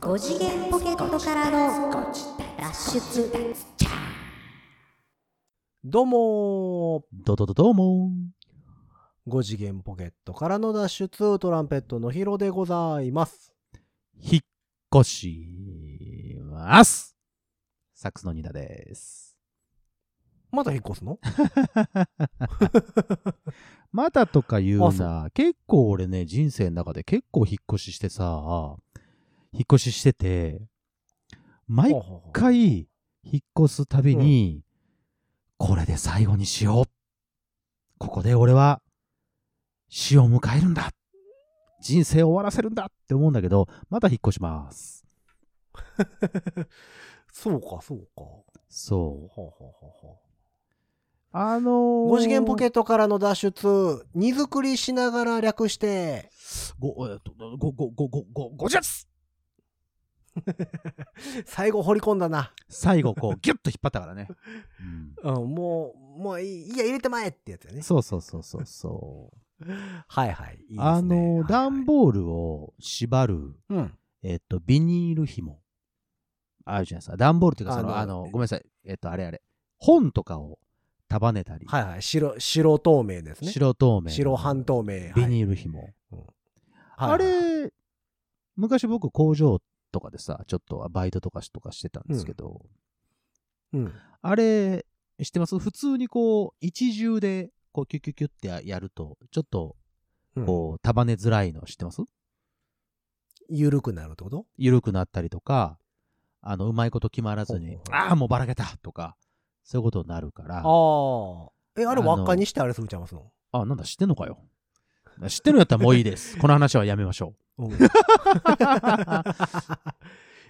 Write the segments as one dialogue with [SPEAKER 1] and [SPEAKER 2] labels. [SPEAKER 1] 5次元ポケットからの脱出
[SPEAKER 2] どうも
[SPEAKER 3] どどどどうも
[SPEAKER 2] ー !5 次元ポケットからの脱出、トランペットのヒロでございます。
[SPEAKER 3] 引っ越しますサックスのニダです。
[SPEAKER 2] まだ引っ越すの
[SPEAKER 3] まだとか言
[SPEAKER 2] あ
[SPEAKER 3] う
[SPEAKER 2] そ
[SPEAKER 3] な。結構俺ね、人生の中で結構引っ越ししてさ、引っ越ししてて、毎
[SPEAKER 2] ほうほうほう
[SPEAKER 3] 回引っ越すたびに、これで最後にしよう。ここで俺は死を迎えるんだ。人生を終わらせるんだって思うんだけど、また引っ越します。
[SPEAKER 2] そうか、そうか。は
[SPEAKER 3] そう。
[SPEAKER 2] あはあはあは
[SPEAKER 3] あの
[SPEAKER 2] あ
[SPEAKER 3] ー、
[SPEAKER 2] 5次元ポケットからの脱出、荷造りしながら略して、
[SPEAKER 3] ご、えっと、ご、ご、ご、ご、ご、ごじゃつ
[SPEAKER 2] 最後掘り込んだな。
[SPEAKER 3] 最後、こう、 ギュッと引っ張ったからね。
[SPEAKER 2] うん、もう、もういい、いや、入れてまえってやつやね。
[SPEAKER 3] そうそうそうそうそう。
[SPEAKER 2] はいはい。いいですね
[SPEAKER 3] あの、段
[SPEAKER 2] ー
[SPEAKER 3] ボールを縛る、
[SPEAKER 2] ル。うん。
[SPEAKER 3] えっと、ビニール紐。あるじゃないですか。段ボールっていうか、その、
[SPEAKER 2] あ
[SPEAKER 3] あ
[SPEAKER 2] の
[SPEAKER 3] の、ごめんなさい。えっと、あれあれ。本とかを束ねたり、
[SPEAKER 2] はいはい。白、白透明ですね。
[SPEAKER 3] 白透明。
[SPEAKER 2] 白半透明。
[SPEAKER 3] ビニール紐。
[SPEAKER 2] はい
[SPEAKER 3] あ
[SPEAKER 2] はいはい
[SPEAKER 3] れ、昔僕、工場とかでさ、ちょっとバイトとかしとかしてたんですけど、
[SPEAKER 2] うん。
[SPEAKER 3] あれ、知ってます普通にこう、一重で、こう、キュキュキュってややると、ちょっと、
[SPEAKER 2] うん
[SPEAKER 3] こう、束ねづらいの知ってます
[SPEAKER 2] 緩くなるってこと
[SPEAKER 3] 緩くなったりとか、あの、うまいこと決まらずに
[SPEAKER 2] ほうほう、ほう
[SPEAKER 3] ああ、もうばらけたとか、そういうことになるから、
[SPEAKER 2] ああ。
[SPEAKER 3] あ
[SPEAKER 2] え、あれ
[SPEAKER 3] あの
[SPEAKER 2] 輪っかにしてあれするんちゃいますの
[SPEAKER 3] あ、なんだ、知ってんのかよ。知ってるんやったらもうい いです。この話はやめましょう。
[SPEAKER 2] うん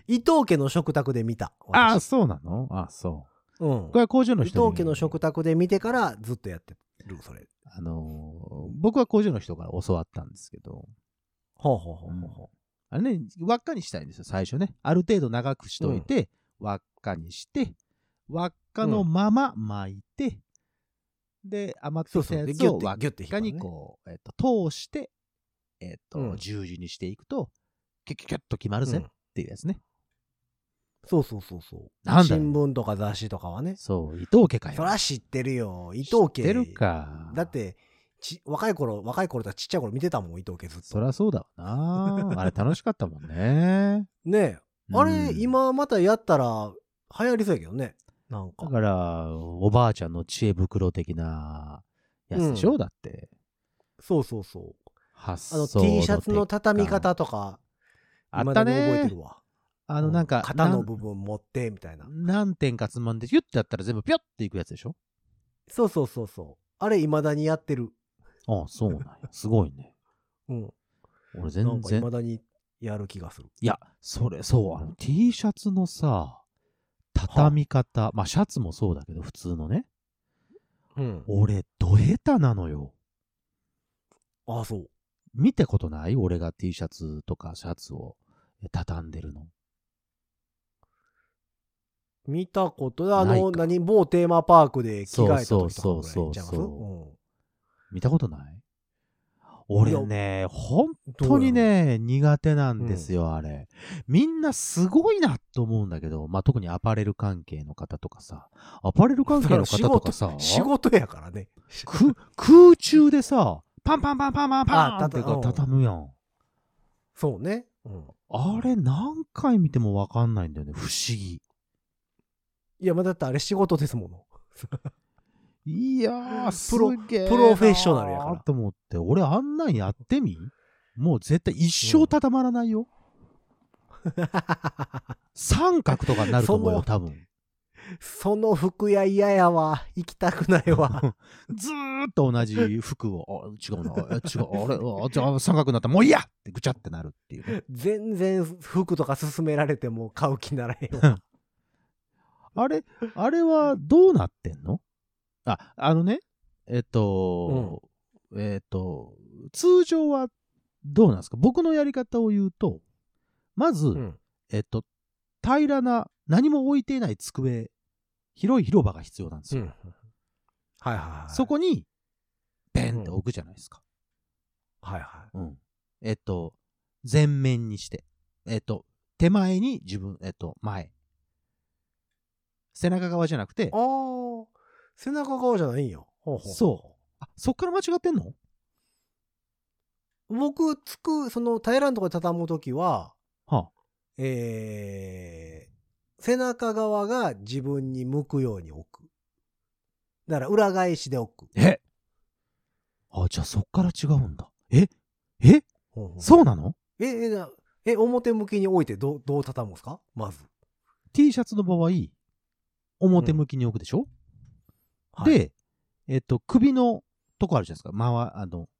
[SPEAKER 2] 伊藤家の食卓で見た。
[SPEAKER 3] ああ、
[SPEAKER 2] 私
[SPEAKER 3] そうなのああ、そう。
[SPEAKER 2] うん
[SPEAKER 3] こ。れは工場の
[SPEAKER 2] 伊
[SPEAKER 3] 人に
[SPEAKER 2] 藤家の食卓で見てからずっとやってる、それ。
[SPEAKER 3] あのー僕は工場の人から教わったんですけど、
[SPEAKER 2] ほうほうほうほうほ
[SPEAKER 3] あれね、輪っかにしたいんですよ、最初ね。ある程度長くしといて、輪っかにして、輪っかのまま巻いて、で、余ってきた
[SPEAKER 2] そ
[SPEAKER 3] やつ
[SPEAKER 2] うそう
[SPEAKER 3] を
[SPEAKER 2] でギュッ
[SPEAKER 3] 輪って
[SPEAKER 2] ギュッて引っ張
[SPEAKER 3] か
[SPEAKER 2] るね
[SPEAKER 3] にこう、えっと、通して、えっと、
[SPEAKER 2] うん
[SPEAKER 3] 十字にしていくと、キュキュキュッと決まる
[SPEAKER 2] う。う
[SPEAKER 3] ぜ
[SPEAKER 2] ん
[SPEAKER 3] っていうやつね。
[SPEAKER 2] そうそうそうそう。
[SPEAKER 3] なんだよ
[SPEAKER 2] 新聞とか雑誌とかはね。
[SPEAKER 3] そう、伊藤家かよ。
[SPEAKER 2] そら知ってるよ。伊藤
[SPEAKER 3] 知
[SPEAKER 2] 家。
[SPEAKER 3] ってるか。
[SPEAKER 2] だっ。て、ち若い頃、若い頃とかちっちゃい頃見てたもん、伊藤家ずっ
[SPEAKER 3] そ
[SPEAKER 2] と。
[SPEAKER 3] らそうだわな。 あれ楽しかったもんね。
[SPEAKER 2] ねえ。あれ、
[SPEAKER 3] うん
[SPEAKER 2] 今またやったら流行りそうやけどね。なんか
[SPEAKER 3] だ。から、おばあちゃんの知恵袋的なやつでしょ、
[SPEAKER 2] う
[SPEAKER 3] だって。
[SPEAKER 2] そうそうそう。
[SPEAKER 3] 発想
[SPEAKER 2] あの
[SPEAKER 3] 的
[SPEAKER 2] T シャツの畳み方とか、
[SPEAKER 3] あっ
[SPEAKER 2] 未
[SPEAKER 3] た
[SPEAKER 2] だに覚えて
[SPEAKER 3] ね
[SPEAKER 2] る。わ。
[SPEAKER 3] あの、なん
[SPEAKER 2] う
[SPEAKER 3] か、
[SPEAKER 2] 肩の
[SPEAKER 3] なん
[SPEAKER 2] 部分持って、みたいな。
[SPEAKER 3] 何点かつまんで、ヒュッてやったら全部ピョッていくやつでしょ
[SPEAKER 2] そうそうそうそう。あれ、未だにやってる。
[SPEAKER 3] ああ、そうなんや。すごいね。
[SPEAKER 2] うん。
[SPEAKER 3] 俺
[SPEAKER 2] なん
[SPEAKER 3] 全
[SPEAKER 2] か未。
[SPEAKER 3] 然
[SPEAKER 2] だにやる気がする。
[SPEAKER 3] いや、それ、そう、あの T シャツのさ、畳み方、まあ、シャツもそうだけど、普通のね。
[SPEAKER 2] うん。
[SPEAKER 3] 俺、ど下手なのよ。
[SPEAKER 2] あ、そう。
[SPEAKER 3] 見たことない俺が T シャツとかシャツをえ畳んでるの。
[SPEAKER 2] 見たこと、あの、
[SPEAKER 3] ないか
[SPEAKER 2] 何、某テーマパークで着替えた時とかぐらい
[SPEAKER 3] そうそうそうそう
[SPEAKER 2] ちゃいます
[SPEAKER 3] そ見たことない俺ね、ほん
[SPEAKER 2] うん
[SPEAKER 3] 本当に。
[SPEAKER 2] どうや
[SPEAKER 3] ね、苦手なんですよ、あれ。みんなすごいなと思うんだけど、まあ、特にアパレル関係の方とかさ、アパレル
[SPEAKER 2] ろ
[SPEAKER 3] 関係の方とか
[SPEAKER 2] だ
[SPEAKER 3] さ
[SPEAKER 2] ら、仕事仕事やからね。
[SPEAKER 3] く空中でさ、パンパンパンパンパンパ
[SPEAKER 2] あ
[SPEAKER 3] ン
[SPEAKER 2] た
[SPEAKER 3] ったてこ
[SPEAKER 2] うん
[SPEAKER 3] う畳むやん。
[SPEAKER 2] そうね。うん。
[SPEAKER 3] あれ何回見てもわかんないんだよね、不思議。
[SPEAKER 2] いや、まあだってあれ仕事ですもの。
[SPEAKER 3] いやー、す
[SPEAKER 2] プロ
[SPEAKER 3] げえなー
[SPEAKER 2] プロフェッショナルやから
[SPEAKER 3] と思って、俺あんなんやってみもう絶対一生畳まらないよ。 三角とかになると思うよ、
[SPEAKER 2] そ
[SPEAKER 3] 多分。
[SPEAKER 2] その服屋嫌やわ。行きたくない わ。
[SPEAKER 3] ずーっと同じ服を、あ違うな、あ違う、あれ、 あじゃあ三角になったらもういいやってぐちゃってなるっていうね、
[SPEAKER 2] 全然服とか勧められても買う気ならへんわ。
[SPEAKER 3] あれ、あれはどうなってんのあ、あのね、えっと、えっと、通常はどうなんですか僕のやり方を言うと、まず、
[SPEAKER 2] うん
[SPEAKER 3] えっと、平らな、何も置いていない机、広い広場が必要なんですよ。
[SPEAKER 2] うんはいはいはい。
[SPEAKER 3] そこに、ペンって置くじゃないですか。
[SPEAKER 2] はいは
[SPEAKER 3] うん。えっと、全面にして、えっと、手前に自分、えっと、前。背中側じゃなくて
[SPEAKER 2] あ、ー、背中側じゃないんや。ほうほう
[SPEAKER 3] そあ、そっから間違ってんの
[SPEAKER 2] 僕、つく、その平らなとこで畳むときは、
[SPEAKER 3] は
[SPEAKER 2] えー、背中側が自分に向くように置く。だから裏返しで置く。
[SPEAKER 3] あ、えあ、じゃあそっから違うんだ。ええ
[SPEAKER 2] ほうほう
[SPEAKER 3] そうなの
[SPEAKER 2] え、え、なえ、表向きに置いてどう、どう畳むんですかまず。
[SPEAKER 3] ?T シャツの場合、表向きに置くでしょ、
[SPEAKER 2] はい、
[SPEAKER 3] で、えっと、首のとこあるじゃないですか。まわ、あの、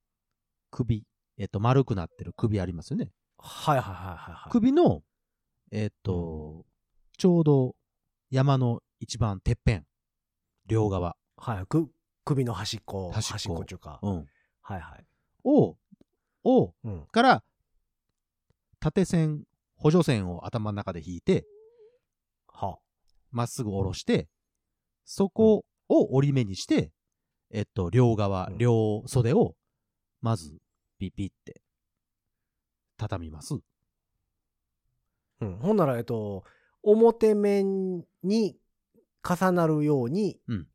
[SPEAKER 3] 首。えっと、丸くなってる首ありますよね。
[SPEAKER 2] はいはいはいはいはい。
[SPEAKER 3] 首の、えっと、ちょうど山の一番てっぺん。両側。
[SPEAKER 2] はい、く首の端っこ、
[SPEAKER 3] 端っこ
[SPEAKER 2] 端っこっていうか。
[SPEAKER 3] うん。
[SPEAKER 2] はいはい。
[SPEAKER 3] を、を、
[SPEAKER 2] うん。
[SPEAKER 3] から、縦線、補助線を頭の中で引いて、
[SPEAKER 2] は。
[SPEAKER 3] まっすぐ下ろして、そこを折り目にして、えっと、両側、
[SPEAKER 2] うん
[SPEAKER 3] 両袖を、まず、ピピって、畳みます。
[SPEAKER 2] うん。ほんなら、えっと、表面に重なるように、
[SPEAKER 3] うん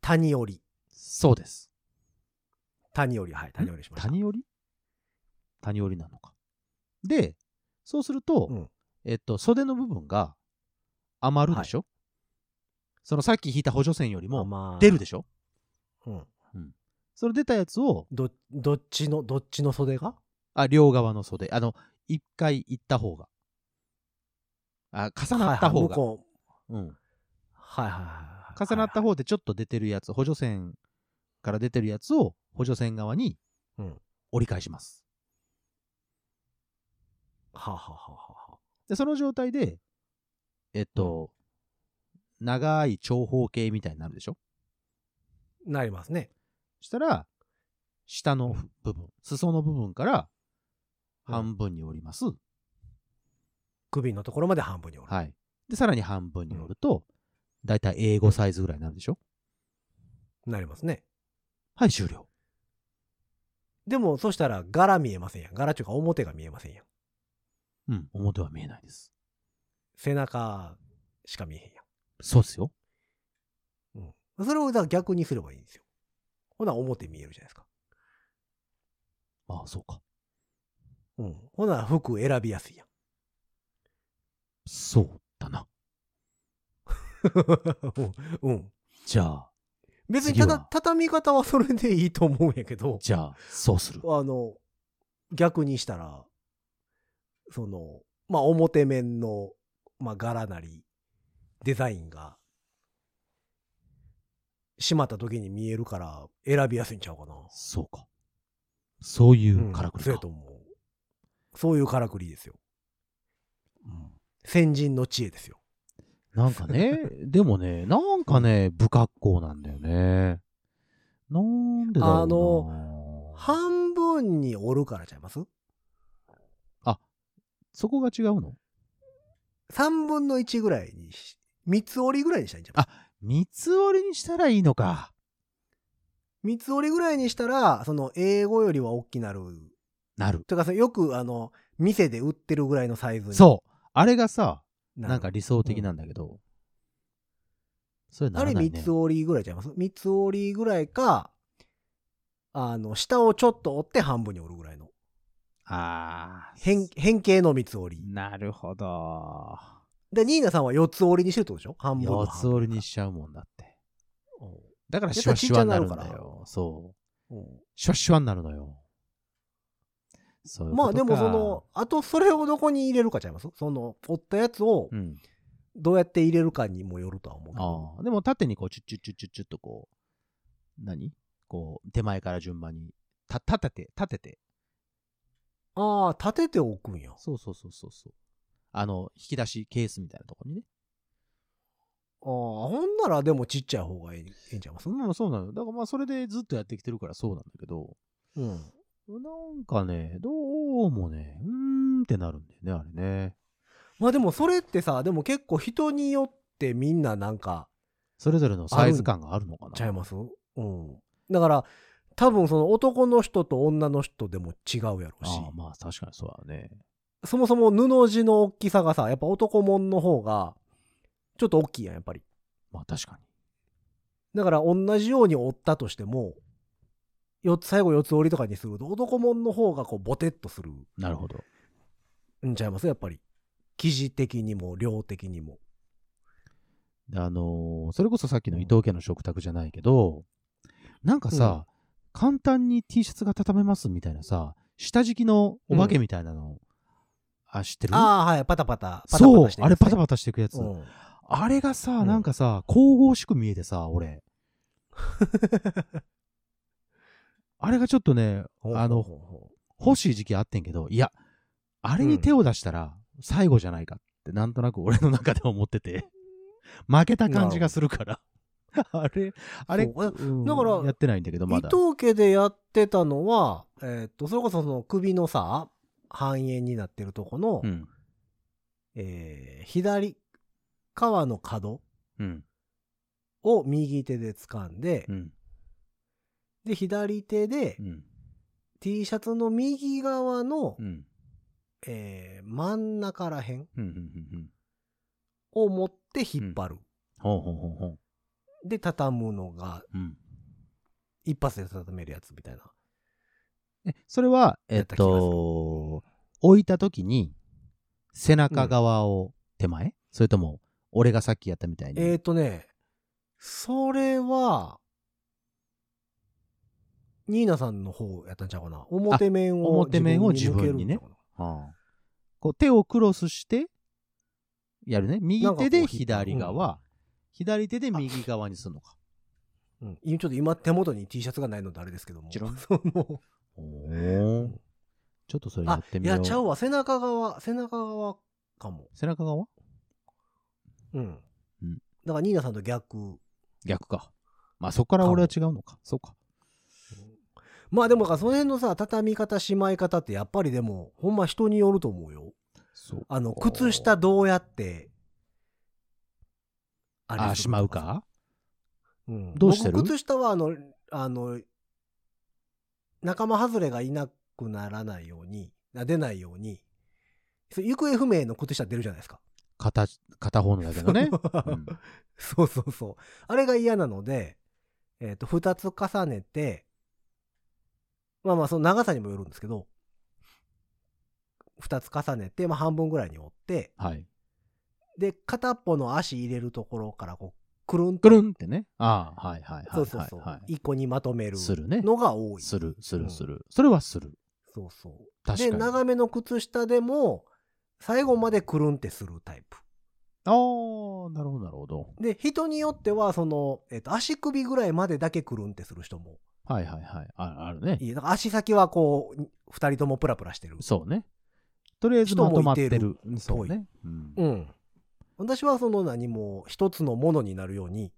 [SPEAKER 2] 谷折り。
[SPEAKER 3] そうです。
[SPEAKER 2] 谷折り、はい、谷折りしました。
[SPEAKER 3] 谷折り谷折りなのか。で、そうすると、
[SPEAKER 2] うん
[SPEAKER 3] えっと、袖の部分が余るでしょ、そのさっき引いた補助線よりも
[SPEAKER 2] も
[SPEAKER 3] 出るでしょ
[SPEAKER 2] ょ、うん、
[SPEAKER 3] その出たやつを、
[SPEAKER 2] どどっちのどっちの袖が
[SPEAKER 3] あ、両側の袖。あの、一回行った方が。あ、重なった
[SPEAKER 2] はいはい、向
[SPEAKER 3] 方が。
[SPEAKER 2] こう
[SPEAKER 3] うん。
[SPEAKER 2] はいはいはいはい
[SPEAKER 3] 重なった方でちょっと出てるやつ、補助線から出てるやつを補助線側に
[SPEAKER 2] うん
[SPEAKER 3] 折り返します。
[SPEAKER 2] はあはあはあは
[SPEAKER 3] で、その状態で、えっと、長い長方形みたいになるでしょ
[SPEAKER 2] あなりますね
[SPEAKER 3] したら、下の部分、裾の部分から
[SPEAKER 2] うん
[SPEAKER 3] 半分に折ります。
[SPEAKER 2] 首のところまで半分に折る、
[SPEAKER 3] はい。で、さらに半分に折ると、だいたい英語サイズぐらいになるでしょ
[SPEAKER 2] なりますね
[SPEAKER 3] はい、終了。
[SPEAKER 2] でもそしたら柄見えませんやん柄っていうか表が見えませんやん
[SPEAKER 3] うん、表は見えないです。
[SPEAKER 2] 背中しか見えへんや
[SPEAKER 3] そうですよ。
[SPEAKER 2] んそれをだから逆にすればいいんですよほな表見えるじゃないですか
[SPEAKER 3] ああ、そうか。
[SPEAKER 2] うんほな服選びやすいやん
[SPEAKER 3] そうだな。
[SPEAKER 2] うんうん
[SPEAKER 3] じゃあ、
[SPEAKER 2] 別にた
[SPEAKER 3] 次
[SPEAKER 2] だ
[SPEAKER 3] は
[SPEAKER 2] 畳み方はそれでいいと思うんやけど
[SPEAKER 3] じゃあ、そうする。
[SPEAKER 2] あの、逆にしたら、その、まあ、表面の、まあ、柄なり、デザインが、閉まった時に見えるから、選びやすいんちゃうかな。
[SPEAKER 3] そうか。そういううんからくり
[SPEAKER 2] そう
[SPEAKER 3] か
[SPEAKER 2] やと。思う。そういうからくりですよ。先人の知恵ですよ。
[SPEAKER 3] なんかね、 でもね、なんかね、不格好なんだよね。なんでだろうな
[SPEAKER 2] あ半分に折るからちゃいます
[SPEAKER 3] そこが違うの
[SPEAKER 2] 三分の一ぐらいにし、三つ折りぐらいにしたらいいんじゃない
[SPEAKER 3] 三つ折りにしたらいいのか。
[SPEAKER 2] 三つ折りぐらいにしたら、その英語よりは大きなる
[SPEAKER 3] なる。
[SPEAKER 2] というかそのよくあの店で売ってるぐらいのサイズに
[SPEAKER 3] そう。あれがさ、
[SPEAKER 2] なる
[SPEAKER 3] なんか理想的なんだけど。それな
[SPEAKER 2] あ
[SPEAKER 3] ら
[SPEAKER 2] れ
[SPEAKER 3] ない
[SPEAKER 2] 三
[SPEAKER 3] ね
[SPEAKER 2] つ。折りぐらいちゃいます三つ折りぐらいかあの下をちょっと折って半分に折るぐらいの
[SPEAKER 3] ああ。
[SPEAKER 2] 変変形の三つ折り
[SPEAKER 3] なるほど。
[SPEAKER 2] でニーナさんは四つ折りにしてるってことでしょ半分の
[SPEAKER 3] 四
[SPEAKER 2] 半
[SPEAKER 3] つ
[SPEAKER 2] 分
[SPEAKER 3] 折りにしちゃうもんだって。
[SPEAKER 2] おう
[SPEAKER 3] だか
[SPEAKER 2] や
[SPEAKER 3] ら
[SPEAKER 2] っ
[SPEAKER 3] シ
[SPEAKER 2] ぱ
[SPEAKER 3] ワ
[SPEAKER 2] りちっち
[SPEAKER 3] シ
[SPEAKER 2] ゃく
[SPEAKER 3] ワに
[SPEAKER 2] な
[SPEAKER 3] な
[SPEAKER 2] る
[SPEAKER 3] る
[SPEAKER 2] か
[SPEAKER 3] ん
[SPEAKER 2] ら
[SPEAKER 3] だよ。そう。
[SPEAKER 2] おう
[SPEAKER 3] シュワシュワになるのよ。そういう
[SPEAKER 2] ま
[SPEAKER 3] こ
[SPEAKER 2] あ
[SPEAKER 3] とか
[SPEAKER 2] でもその、あとそれをどこに入れるかちゃいますその折ったやつを
[SPEAKER 3] うん。
[SPEAKER 2] どうやって入れるかにもよるとは思うけど、
[SPEAKER 3] ああ。でも縦にこう、チュッチュッチュッチュッチュッとこう、何こう、手前から順番に、た、立てて、立てて。
[SPEAKER 2] ああ立てておくんや
[SPEAKER 3] そうそうそうそうそう。あの、引き出しケースみたいなとこにね。
[SPEAKER 2] ああほんならでもちっちゃい方がいいいいんちゃいます
[SPEAKER 3] うん、そうなのよ。だからまあ、それでずっとやってきてるからそうなんだけど、
[SPEAKER 2] うん
[SPEAKER 3] なんかね、どうもね、うーんってなるんだよね、あれね。
[SPEAKER 2] まあでもそれってさでも結構人によってみんななんか
[SPEAKER 3] それぞれのサイズ感があるのかな。
[SPEAKER 2] ちゃいますうんだから多分その男の人と女の人でも違うやろうし
[SPEAKER 3] ああまあ確かにそうだね。
[SPEAKER 2] そもそも布地の大きさがさ、やっぱ男物の方が、ちょっと大きいやん、やっぱり。
[SPEAKER 3] まあ確かに。
[SPEAKER 2] だから同じように折ったとしても、よ最後四つ折りとかにすると、男物の方がこう、ボテッとする
[SPEAKER 3] なるほど。
[SPEAKER 2] んちゃいますやっぱり。生地的にも、量的にも。
[SPEAKER 3] であのーそれこそさっきの伊藤家の食卓じゃないけど、なんかさ、簡単に T シャツが畳めますみたいなさ、下敷きのお化けみたいなの、あ、知ってる
[SPEAKER 2] ああ、はい、パタパタ。パタパタ
[SPEAKER 3] そう
[SPEAKER 2] して、る
[SPEAKER 3] あれパタパ
[SPEAKER 2] タ。
[SPEAKER 3] タしていくやつ。
[SPEAKER 2] うん
[SPEAKER 3] あれがさ、
[SPEAKER 2] うん
[SPEAKER 3] なんかさ、神々しく見えてさ、 俺。あれがちょっとね、あの、
[SPEAKER 2] ほうほうほ
[SPEAKER 3] 欲しい時期あってんけど、いや、あれに手を出したら最後じゃないかって、なんとなく俺の中では思っ てて、負けた感じがするから。 あれ、あれ、
[SPEAKER 2] そう
[SPEAKER 3] うん
[SPEAKER 2] だから
[SPEAKER 3] やってないんだけど、
[SPEAKER 2] う
[SPEAKER 3] ま
[SPEAKER 2] 伊
[SPEAKER 3] だ。
[SPEAKER 2] 藤家でやってたのは、えーっと、それこそその首のさ、半円になってるとこの、
[SPEAKER 3] うん。
[SPEAKER 2] えー左側の角
[SPEAKER 3] うん。
[SPEAKER 2] を右手で掴んで、
[SPEAKER 3] うん。
[SPEAKER 2] で、左手で
[SPEAKER 3] う、ん。
[SPEAKER 2] T シャツの右側の、
[SPEAKER 3] うん。
[SPEAKER 2] えー真ん中らへん
[SPEAKER 3] うん。うん。うん。
[SPEAKER 2] を持って引っ張る。
[SPEAKER 3] ほうほうほうほう。
[SPEAKER 2] で、畳むのが、
[SPEAKER 3] うん。
[SPEAKER 2] 一発で畳めるやつみたいな。
[SPEAKER 3] え、それは、え
[SPEAKER 2] や
[SPEAKER 3] っ
[SPEAKER 2] った気がする
[SPEAKER 3] と、置いた時に、背中側を手前、それとも、俺がさっきやったみたいに。
[SPEAKER 2] えー、とね、それは、ニーナさんの方やったんちゃうかな。表面を
[SPEAKER 3] 表面を自分にね
[SPEAKER 2] 向けるんちゃうかな
[SPEAKER 3] ああこう手をクロスして、やるね。右手
[SPEAKER 2] なん
[SPEAKER 3] で
[SPEAKER 2] かこう
[SPEAKER 3] 左側、左手で右側にするのか。
[SPEAKER 2] うん、今ちょっと今手元に T シャツがないのであれですけども。
[SPEAKER 3] もちろ ん
[SPEAKER 2] その
[SPEAKER 3] おーちょっとそれや
[SPEAKER 2] あ
[SPEAKER 3] っ、て
[SPEAKER 2] い
[SPEAKER 3] みよう。
[SPEAKER 2] や、ちゃうわ。背中側、背中側かも。
[SPEAKER 3] 背中側
[SPEAKER 2] うん。
[SPEAKER 3] うん
[SPEAKER 2] だからニーナさんと逆。
[SPEAKER 3] 逆か。まあそこから俺は違うのか。そうか。
[SPEAKER 2] まあでもなんかその辺のさ、畳み方、しまい方ってやっぱりでも、ほんま人によると思うよ。
[SPEAKER 3] そう
[SPEAKER 2] あの、靴下どうやって、あ
[SPEAKER 3] あ、
[SPEAKER 2] する
[SPEAKER 3] しまうか
[SPEAKER 2] うん
[SPEAKER 3] どうしてる
[SPEAKER 2] 僕靴下はあの、あの、仲間外れがいなくならないように、あ出ないように、そう行方不明の靴下出るじゃないですか。
[SPEAKER 3] 片、片方のだけど ね。うん
[SPEAKER 2] そうそうそう。あれが嫌なので、えっ、と、二つ重ねて、まあまあ、その長さにもよるんですけど、二つ重ねて、まあ半分ぐらいに折って、
[SPEAKER 3] はい。
[SPEAKER 2] で、片っぽの足入れるところから、こう、くるん
[SPEAKER 3] く
[SPEAKER 2] と、
[SPEAKER 3] るんってね。ああ、はいはいはいはい、はい。
[SPEAKER 2] そうそうそう、一個にまとめる
[SPEAKER 3] するね。
[SPEAKER 2] のが多い。
[SPEAKER 3] する、す
[SPEAKER 2] う
[SPEAKER 3] る、
[SPEAKER 2] ん
[SPEAKER 3] する。それはする。
[SPEAKER 2] そうそう。
[SPEAKER 3] 確か
[SPEAKER 2] で、
[SPEAKER 3] に。
[SPEAKER 2] 長めの靴下でも、最後までくるんってするタイプ。
[SPEAKER 3] ああ、なるほど、なるほど。
[SPEAKER 2] で、人によっては、その、えっ、と、足首ぐらいまでだけくるんってする人も
[SPEAKER 3] はいはいはい。ああるね。
[SPEAKER 2] いい。だから足先はこう、二人ともプラプラしてる。
[SPEAKER 3] そうね。とりあえずまとまって
[SPEAKER 2] 人
[SPEAKER 3] る。うんそうね。うん
[SPEAKER 2] うん。私はその何も一つのものになるように、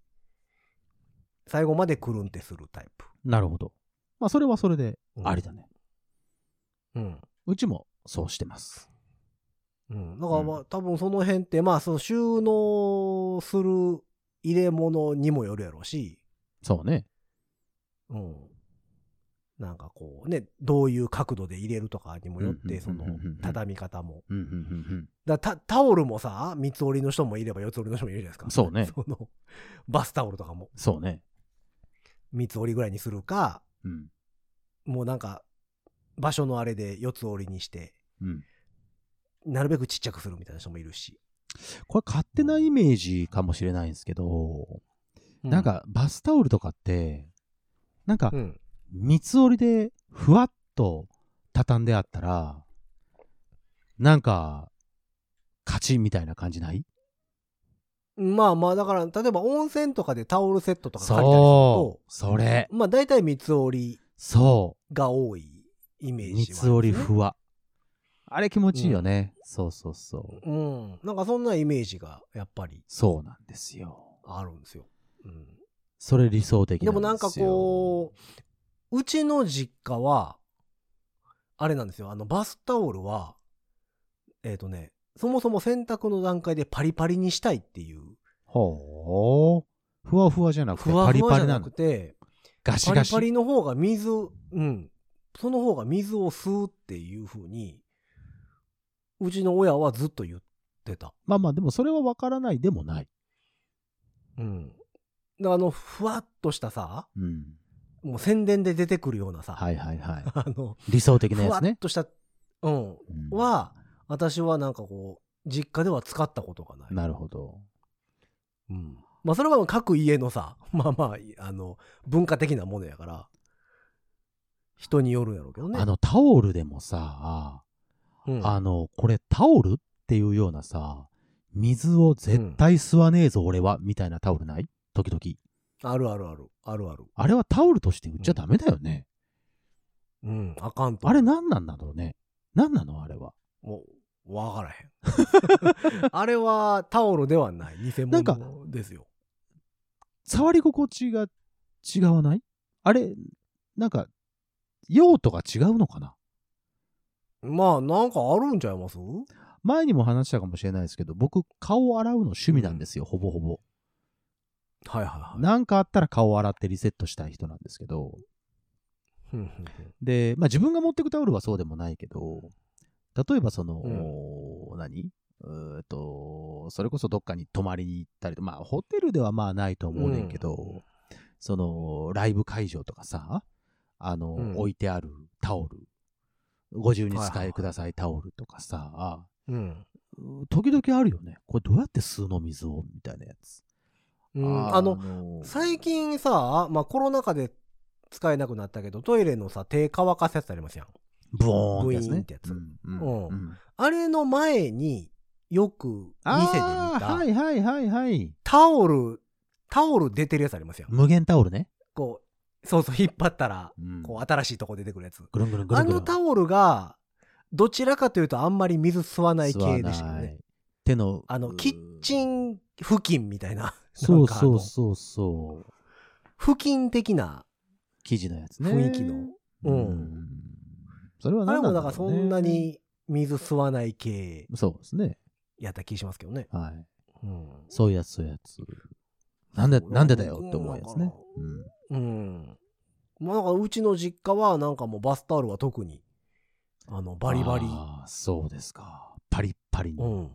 [SPEAKER 2] 最後までくるんってするタイプ。
[SPEAKER 3] なるほど。まあ、それはそれで
[SPEAKER 2] うん
[SPEAKER 3] ありだね。
[SPEAKER 2] うん。
[SPEAKER 3] うちもそうしてます。
[SPEAKER 2] うん。だからまあ、
[SPEAKER 3] う
[SPEAKER 2] 多分その辺って、まあ、その収納する入れ物にもよるやろうし、
[SPEAKER 3] そうね。
[SPEAKER 2] うん。なんかこうね、どういう角度で入れるとかにもよっ
[SPEAKER 3] うんうんうんうんう
[SPEAKER 2] て、
[SPEAKER 3] ん
[SPEAKER 2] その畳み方も。
[SPEAKER 3] うん、うん、うん、
[SPEAKER 2] だからタタオルもさ、三つ折りの人もいれば四つ折りの人もいるじゃないです
[SPEAKER 3] う
[SPEAKER 2] か。
[SPEAKER 3] ん。そう ね。
[SPEAKER 2] その、バスタオルとかも
[SPEAKER 3] そうね。
[SPEAKER 2] 三つ折りぐらいにするか、
[SPEAKER 3] うん。
[SPEAKER 2] もうなんか、場所のあれで四つ折りにして、
[SPEAKER 3] うん。
[SPEAKER 2] なるべくちっちゃくするみたいな人もいるし。
[SPEAKER 3] これ勝手なイメージかもしれないんですけど、なん、かバスタオルとかって、なんか
[SPEAKER 2] うん。
[SPEAKER 3] 三つ折りでふわっと畳んであったら、なんか、勝ちみたいな感じない
[SPEAKER 2] まあまあ、だから、例えば温泉とかでタオルセットとか借りたりする
[SPEAKER 3] そ
[SPEAKER 2] と、
[SPEAKER 3] う。それ。
[SPEAKER 2] まあ大体三つ折り
[SPEAKER 3] そう。
[SPEAKER 2] が多いイメージはありま
[SPEAKER 3] 三
[SPEAKER 2] すね、
[SPEAKER 3] つ折りふわ。あれ気持ちいいよね。そうそうそう。
[SPEAKER 2] うん。なんかそんなイメージがやっぱり
[SPEAKER 3] そうなんですよ。
[SPEAKER 2] あるんですよ。うん、
[SPEAKER 3] それ理想的
[SPEAKER 2] で
[SPEAKER 3] なんです
[SPEAKER 2] も
[SPEAKER 3] よ。
[SPEAKER 2] なんかこう、うちの実家は、あれなんですよ。あのバスタオルは、えっ、とね、そもそも洗濯の段階でパリパリにしたいっていう、
[SPEAKER 3] ほう。ふわふわじゃなくて、
[SPEAKER 2] ふわふわ
[SPEAKER 3] パリ
[SPEAKER 2] じ
[SPEAKER 3] パ
[SPEAKER 2] ゃ
[SPEAKER 3] リな
[SPEAKER 2] な
[SPEAKER 3] の
[SPEAKER 2] く。て、
[SPEAKER 3] ガシ
[SPEAKER 2] パ
[SPEAKER 3] ガ
[SPEAKER 2] リ
[SPEAKER 3] シ。
[SPEAKER 2] パリの方が水、うん、その方が水を吸うっていう風に、うちの親はずっと言ってた。
[SPEAKER 3] まあまあ、でもそれは分からないでもない。
[SPEAKER 2] うん。だあの、ふわっとしたさ、
[SPEAKER 3] うん。
[SPEAKER 2] もう宣伝で出てくるようなさ、
[SPEAKER 3] はいはいはい。
[SPEAKER 2] あの、
[SPEAKER 3] 理想的な
[SPEAKER 2] ふ
[SPEAKER 3] や
[SPEAKER 2] わ
[SPEAKER 3] つね
[SPEAKER 2] っ。とした、うん、
[SPEAKER 3] うん
[SPEAKER 2] は、私はなんかこう、実家では使ったことがない。
[SPEAKER 3] なるほど。
[SPEAKER 2] うん。まあ、それは各家のさ、 まあまあ、あの、文化的なものやから、人によるんやろうけどね。
[SPEAKER 3] あの、タオルでもさ、
[SPEAKER 2] うん、
[SPEAKER 3] あの、これタオルっていうようなさ、水を絶対吸わねえぞ、俺は、みたいなタオルない時々。
[SPEAKER 2] あるあるある、あるある。
[SPEAKER 3] あれはタオルとして売っちゃダメだよね。
[SPEAKER 2] うん、あかんと。
[SPEAKER 3] あれ何なんだろうね。何なのあれは。
[SPEAKER 2] もう、わからへん。 あれはタオルではない。偽
[SPEAKER 3] なんか
[SPEAKER 2] 物ですよ。
[SPEAKER 3] 触り心地が違わないあれ、なんか、用途が違うのかな
[SPEAKER 2] まあ、なんかあるんちゃいます
[SPEAKER 3] 前にも話したかもしれないですけど、僕、顔を洗うの趣味なんですよ、ほぼほぼ。
[SPEAKER 2] はいはいはい。
[SPEAKER 3] なんかあったら顔を洗ってリセットしたい人なんですけど、
[SPEAKER 2] ふんふんふん
[SPEAKER 3] で、まあ自分が持ってくタオルはそうでもないけど、例えばその、
[SPEAKER 2] うん
[SPEAKER 3] おー何うーっと、それこそどっかに泊まりに行ったりと、まあホテルではまあないと思うねんけど、
[SPEAKER 2] うん
[SPEAKER 3] その、ライブ会場とかさ、あの、
[SPEAKER 2] うん
[SPEAKER 3] 置いてあるタオル、ご自由に
[SPEAKER 2] はいはい
[SPEAKER 3] 使
[SPEAKER 2] はい
[SPEAKER 3] いくださいタオルとかさ、
[SPEAKER 2] うん。
[SPEAKER 3] うー時々あるよね。これどうやって吸うの水をみたいなやつ。
[SPEAKER 2] うん、あの、
[SPEAKER 3] の
[SPEAKER 2] 最近さ、まあコロナ禍で使えなくなったけど、トイレのさ、手乾かすやつありますやん。
[SPEAKER 3] ブオーンって
[SPEAKER 2] ブイ
[SPEAKER 3] やつ
[SPEAKER 2] ーン
[SPEAKER 3] ね
[SPEAKER 2] っ。てやつ
[SPEAKER 3] うんうん
[SPEAKER 2] うん
[SPEAKER 3] うん
[SPEAKER 2] あれの前によく店で見
[SPEAKER 3] あー
[SPEAKER 2] た、
[SPEAKER 3] はいはいはいはい。
[SPEAKER 2] タオル、タオル出てるやつありますよ。
[SPEAKER 3] 無限タオルね。
[SPEAKER 2] こう、そうそう、引っ張ったら、
[SPEAKER 3] うん
[SPEAKER 2] こう、新しいとこ出てくるやつ。
[SPEAKER 3] ぐるんぐるんぐる
[SPEAKER 2] あ
[SPEAKER 3] んぐるん。
[SPEAKER 2] のタオルが、どちらかというとあんまり水吸わない系でしたよ
[SPEAKER 3] 吸わな
[SPEAKER 2] ね
[SPEAKER 3] い。。手の。
[SPEAKER 2] あの、キッチ
[SPEAKER 3] ン。
[SPEAKER 2] ン付近みたいな、
[SPEAKER 3] そう
[SPEAKER 2] なんかあ
[SPEAKER 3] そ
[SPEAKER 2] の
[SPEAKER 3] うそうそう。
[SPEAKER 2] 付近的な
[SPEAKER 3] 生地のやつね。
[SPEAKER 2] 雰囲気の。。
[SPEAKER 3] う
[SPEAKER 2] うん
[SPEAKER 3] ん。それは
[SPEAKER 2] あれも
[SPEAKER 3] 何なん
[SPEAKER 2] だ
[SPEAKER 3] だ
[SPEAKER 2] か
[SPEAKER 3] ろ
[SPEAKER 2] らそう
[SPEAKER 3] ね
[SPEAKER 2] んな。に水吸わない系
[SPEAKER 3] そうですね。
[SPEAKER 2] やった気しますけどね。
[SPEAKER 3] はい。
[SPEAKER 2] うん。
[SPEAKER 3] そういうやつ、そういうやつ。なんで、なんでだよって思うやつね。
[SPEAKER 2] う
[SPEAKER 3] うん。
[SPEAKER 2] ん。まあだからうちの実家はなんかもうバスタオルは特に、あの、バリバリ。
[SPEAKER 3] あーそうですか。パリッパリ
[SPEAKER 2] う
[SPEAKER 3] に。
[SPEAKER 2] ん。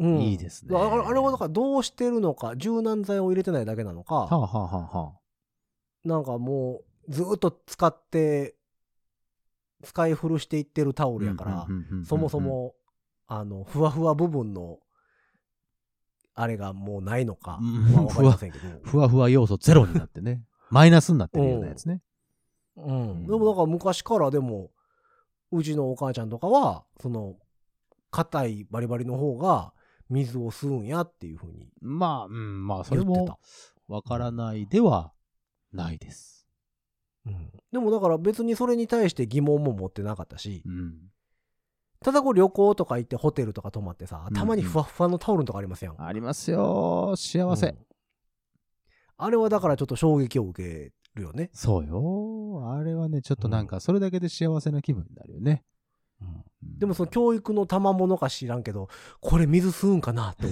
[SPEAKER 2] うん、
[SPEAKER 3] いいですね
[SPEAKER 2] だからあれはだからどうしてるのか、柔軟剤を入れてないだけなの
[SPEAKER 3] はあ
[SPEAKER 2] か、
[SPEAKER 3] はあはあはあ。
[SPEAKER 2] なんかもうずーっと使って、使い古していってるタオルやから
[SPEAKER 3] うん、うんうんうんうん
[SPEAKER 2] そもそ。も、あの、ふわふわ部分の、あれがもうないのか、
[SPEAKER 3] うん
[SPEAKER 2] まあわかりませんけど。
[SPEAKER 3] ふわふわ要素ゼロになってね。マイナスになってるようなやつね。
[SPEAKER 2] うん。でもなんか昔からでも、うちのお母ちゃんとかは、その、硬いバリバリの方が水を吸うんやっていうふうに
[SPEAKER 3] まあ、うん、まあ、そ
[SPEAKER 2] 言
[SPEAKER 3] れ
[SPEAKER 2] ってた
[SPEAKER 3] も。、わからないではないです。
[SPEAKER 2] うんでもだから別にそれに対して疑問も持ってなかったし、
[SPEAKER 3] うん。
[SPEAKER 2] ただこう旅行とか行ってホテルとか泊まってさ
[SPEAKER 3] う、ん
[SPEAKER 2] たまにふわっふわのタオルのとかありますやん。
[SPEAKER 3] ありますよ。幸せ。
[SPEAKER 2] うんあれはだからちょっと衝撃を受けるよね。
[SPEAKER 3] そうよ。あれはね、ちょっとなんか、それだけで幸せな気分になるよね。うん
[SPEAKER 2] でもその教育の賜物か知らんけど、これ水吸うんかなって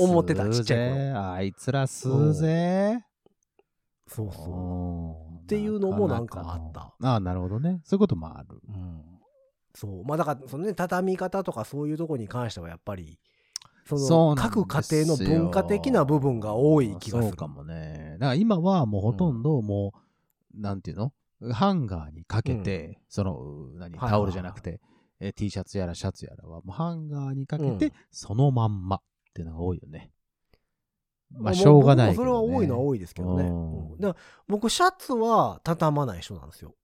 [SPEAKER 2] 思う 思ってた、
[SPEAKER 3] 吸うぜ
[SPEAKER 2] ちっちゃい頃。
[SPEAKER 3] あいつら吸うぜ。
[SPEAKER 2] そうそう。
[SPEAKER 3] おー
[SPEAKER 2] っていうのもなんかあった。
[SPEAKER 3] ああ、なるほどね。そういうこともある。
[SPEAKER 2] うんそう。まあだから、そのね、畳み方とかそういうとこに関してはやっぱり、そ
[SPEAKER 3] そ
[SPEAKER 2] の
[SPEAKER 3] うなんですよ
[SPEAKER 2] 各家庭の文化的な部分が多い気がする。
[SPEAKER 3] そうかもね。だから今はもうほとんどもう、なんていうのハンガーにかけて、その、う
[SPEAKER 2] は
[SPEAKER 3] 何、
[SPEAKER 2] いはいはい
[SPEAKER 3] タオルじゃなくて、えー T シャツやらシャツやらは、もうハンガーにかけて、
[SPEAKER 2] うん
[SPEAKER 3] そのまんまっていうのが多いよね。まあ、
[SPEAKER 2] も
[SPEAKER 3] しょうがないけど、
[SPEAKER 2] 僕
[SPEAKER 3] ね。
[SPEAKER 2] もそれは多いのは多いですけどね。
[SPEAKER 3] うん
[SPEAKER 2] うんだから僕、シャツは畳まない人なんですよ。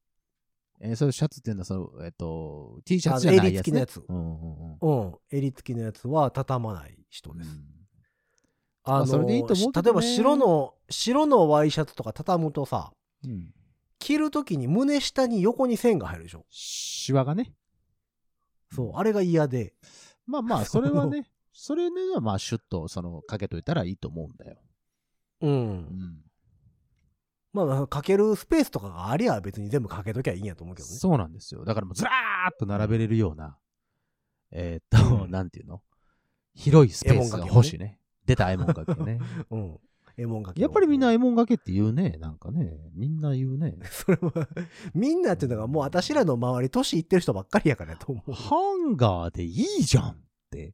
[SPEAKER 3] えーそういうシャツっていうのは、その、えっ、と、T シャツじ
[SPEAKER 2] あ
[SPEAKER 3] ゃ
[SPEAKER 2] の
[SPEAKER 3] ないやつ、ね。
[SPEAKER 2] 襟付き
[SPEAKER 3] うんうんうん。
[SPEAKER 2] うん。襟付きのやつは畳まない人です。あ
[SPEAKER 3] ま
[SPEAKER 2] の
[SPEAKER 3] あそれでいいと思うけどね
[SPEAKER 2] 例えば白の、白のワイシャツとか畳むとさ、
[SPEAKER 3] うん。
[SPEAKER 2] 着るときに胸下に横に線が入るでしょ。
[SPEAKER 3] シワがね。
[SPEAKER 2] そう、あれが嫌で。
[SPEAKER 3] まあまあ、それは ね、それね、まあ、シュッと、その、かけといたらいいと思うんだよ。
[SPEAKER 2] う。
[SPEAKER 3] うんん。
[SPEAKER 2] まあ、かけるスペースとかがありゃ別に全部かけときゃいいんやと思うけどね。
[SPEAKER 3] そうなんですよ。だからもうずらーっと並べれるような、えーっと、
[SPEAKER 2] うん
[SPEAKER 3] なんていうの広いスペースが欲しいね。出たエモンかけね。
[SPEAKER 2] うん。えもんがけを
[SPEAKER 3] やっぱりみんなえもんがけって言うね。なんかね。みんな言うね。
[SPEAKER 2] それはみんなっていうのがもう私らの周り年いってる人ばっかりやからやと思う
[SPEAKER 3] ハンガーでいいじゃんって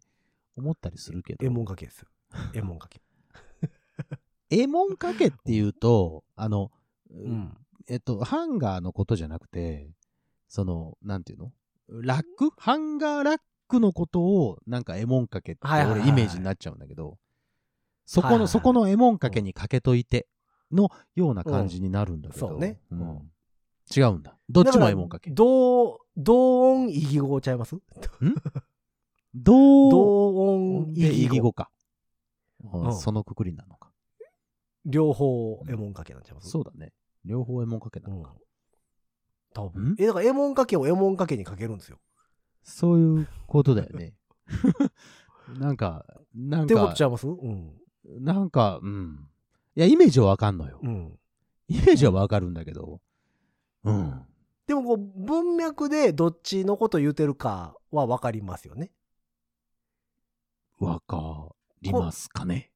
[SPEAKER 3] 思ったりするけど。
[SPEAKER 2] えもんかけですよえもんかけ
[SPEAKER 3] えもんかけっていうと、あの、
[SPEAKER 2] うん
[SPEAKER 3] えっと、ハンガーのことじゃなくて、その、なんていうのラックハンガーラックのことを、なんかエモンかけって、
[SPEAKER 2] はいはいはい
[SPEAKER 3] 俺イメージになっちゃうんだけど、そこ
[SPEAKER 2] はいはいは
[SPEAKER 3] の、
[SPEAKER 2] い
[SPEAKER 3] そこのエモンかけにかけといて、のような感じになるんだけど。
[SPEAKER 2] うんそうね
[SPEAKER 3] ん
[SPEAKER 2] うん
[SPEAKER 3] 違うんだ。どっちもエモンかけ。
[SPEAKER 2] 同同音異義語ちゃいます
[SPEAKER 3] どう
[SPEAKER 2] 同音
[SPEAKER 3] で
[SPEAKER 2] 異義
[SPEAKER 3] 異義
[SPEAKER 2] 語
[SPEAKER 3] 語か。うん
[SPEAKER 2] うん
[SPEAKER 3] そのくくりなのか。
[SPEAKER 2] 両方えもんかけなんちゃいます
[SPEAKER 3] そうだね。両方エモンかけな
[SPEAKER 2] う
[SPEAKER 3] の
[SPEAKER 2] ん
[SPEAKER 3] か。
[SPEAKER 2] 多
[SPEAKER 3] ん
[SPEAKER 2] 分えだからえもんかけをえもんかけにかけるんですよ
[SPEAKER 3] そういうことだよね。 なんか、なん
[SPEAKER 2] ってこと
[SPEAKER 3] か
[SPEAKER 2] ちゃ、いますうん
[SPEAKER 3] なんか、うん。いや、イメージはわかんのよ。
[SPEAKER 2] うん
[SPEAKER 3] イメージはわかるんだけど。うん。
[SPEAKER 2] でもこう文脈でどっちのこと言うてるかは分かりますよね
[SPEAKER 3] わかりますかね。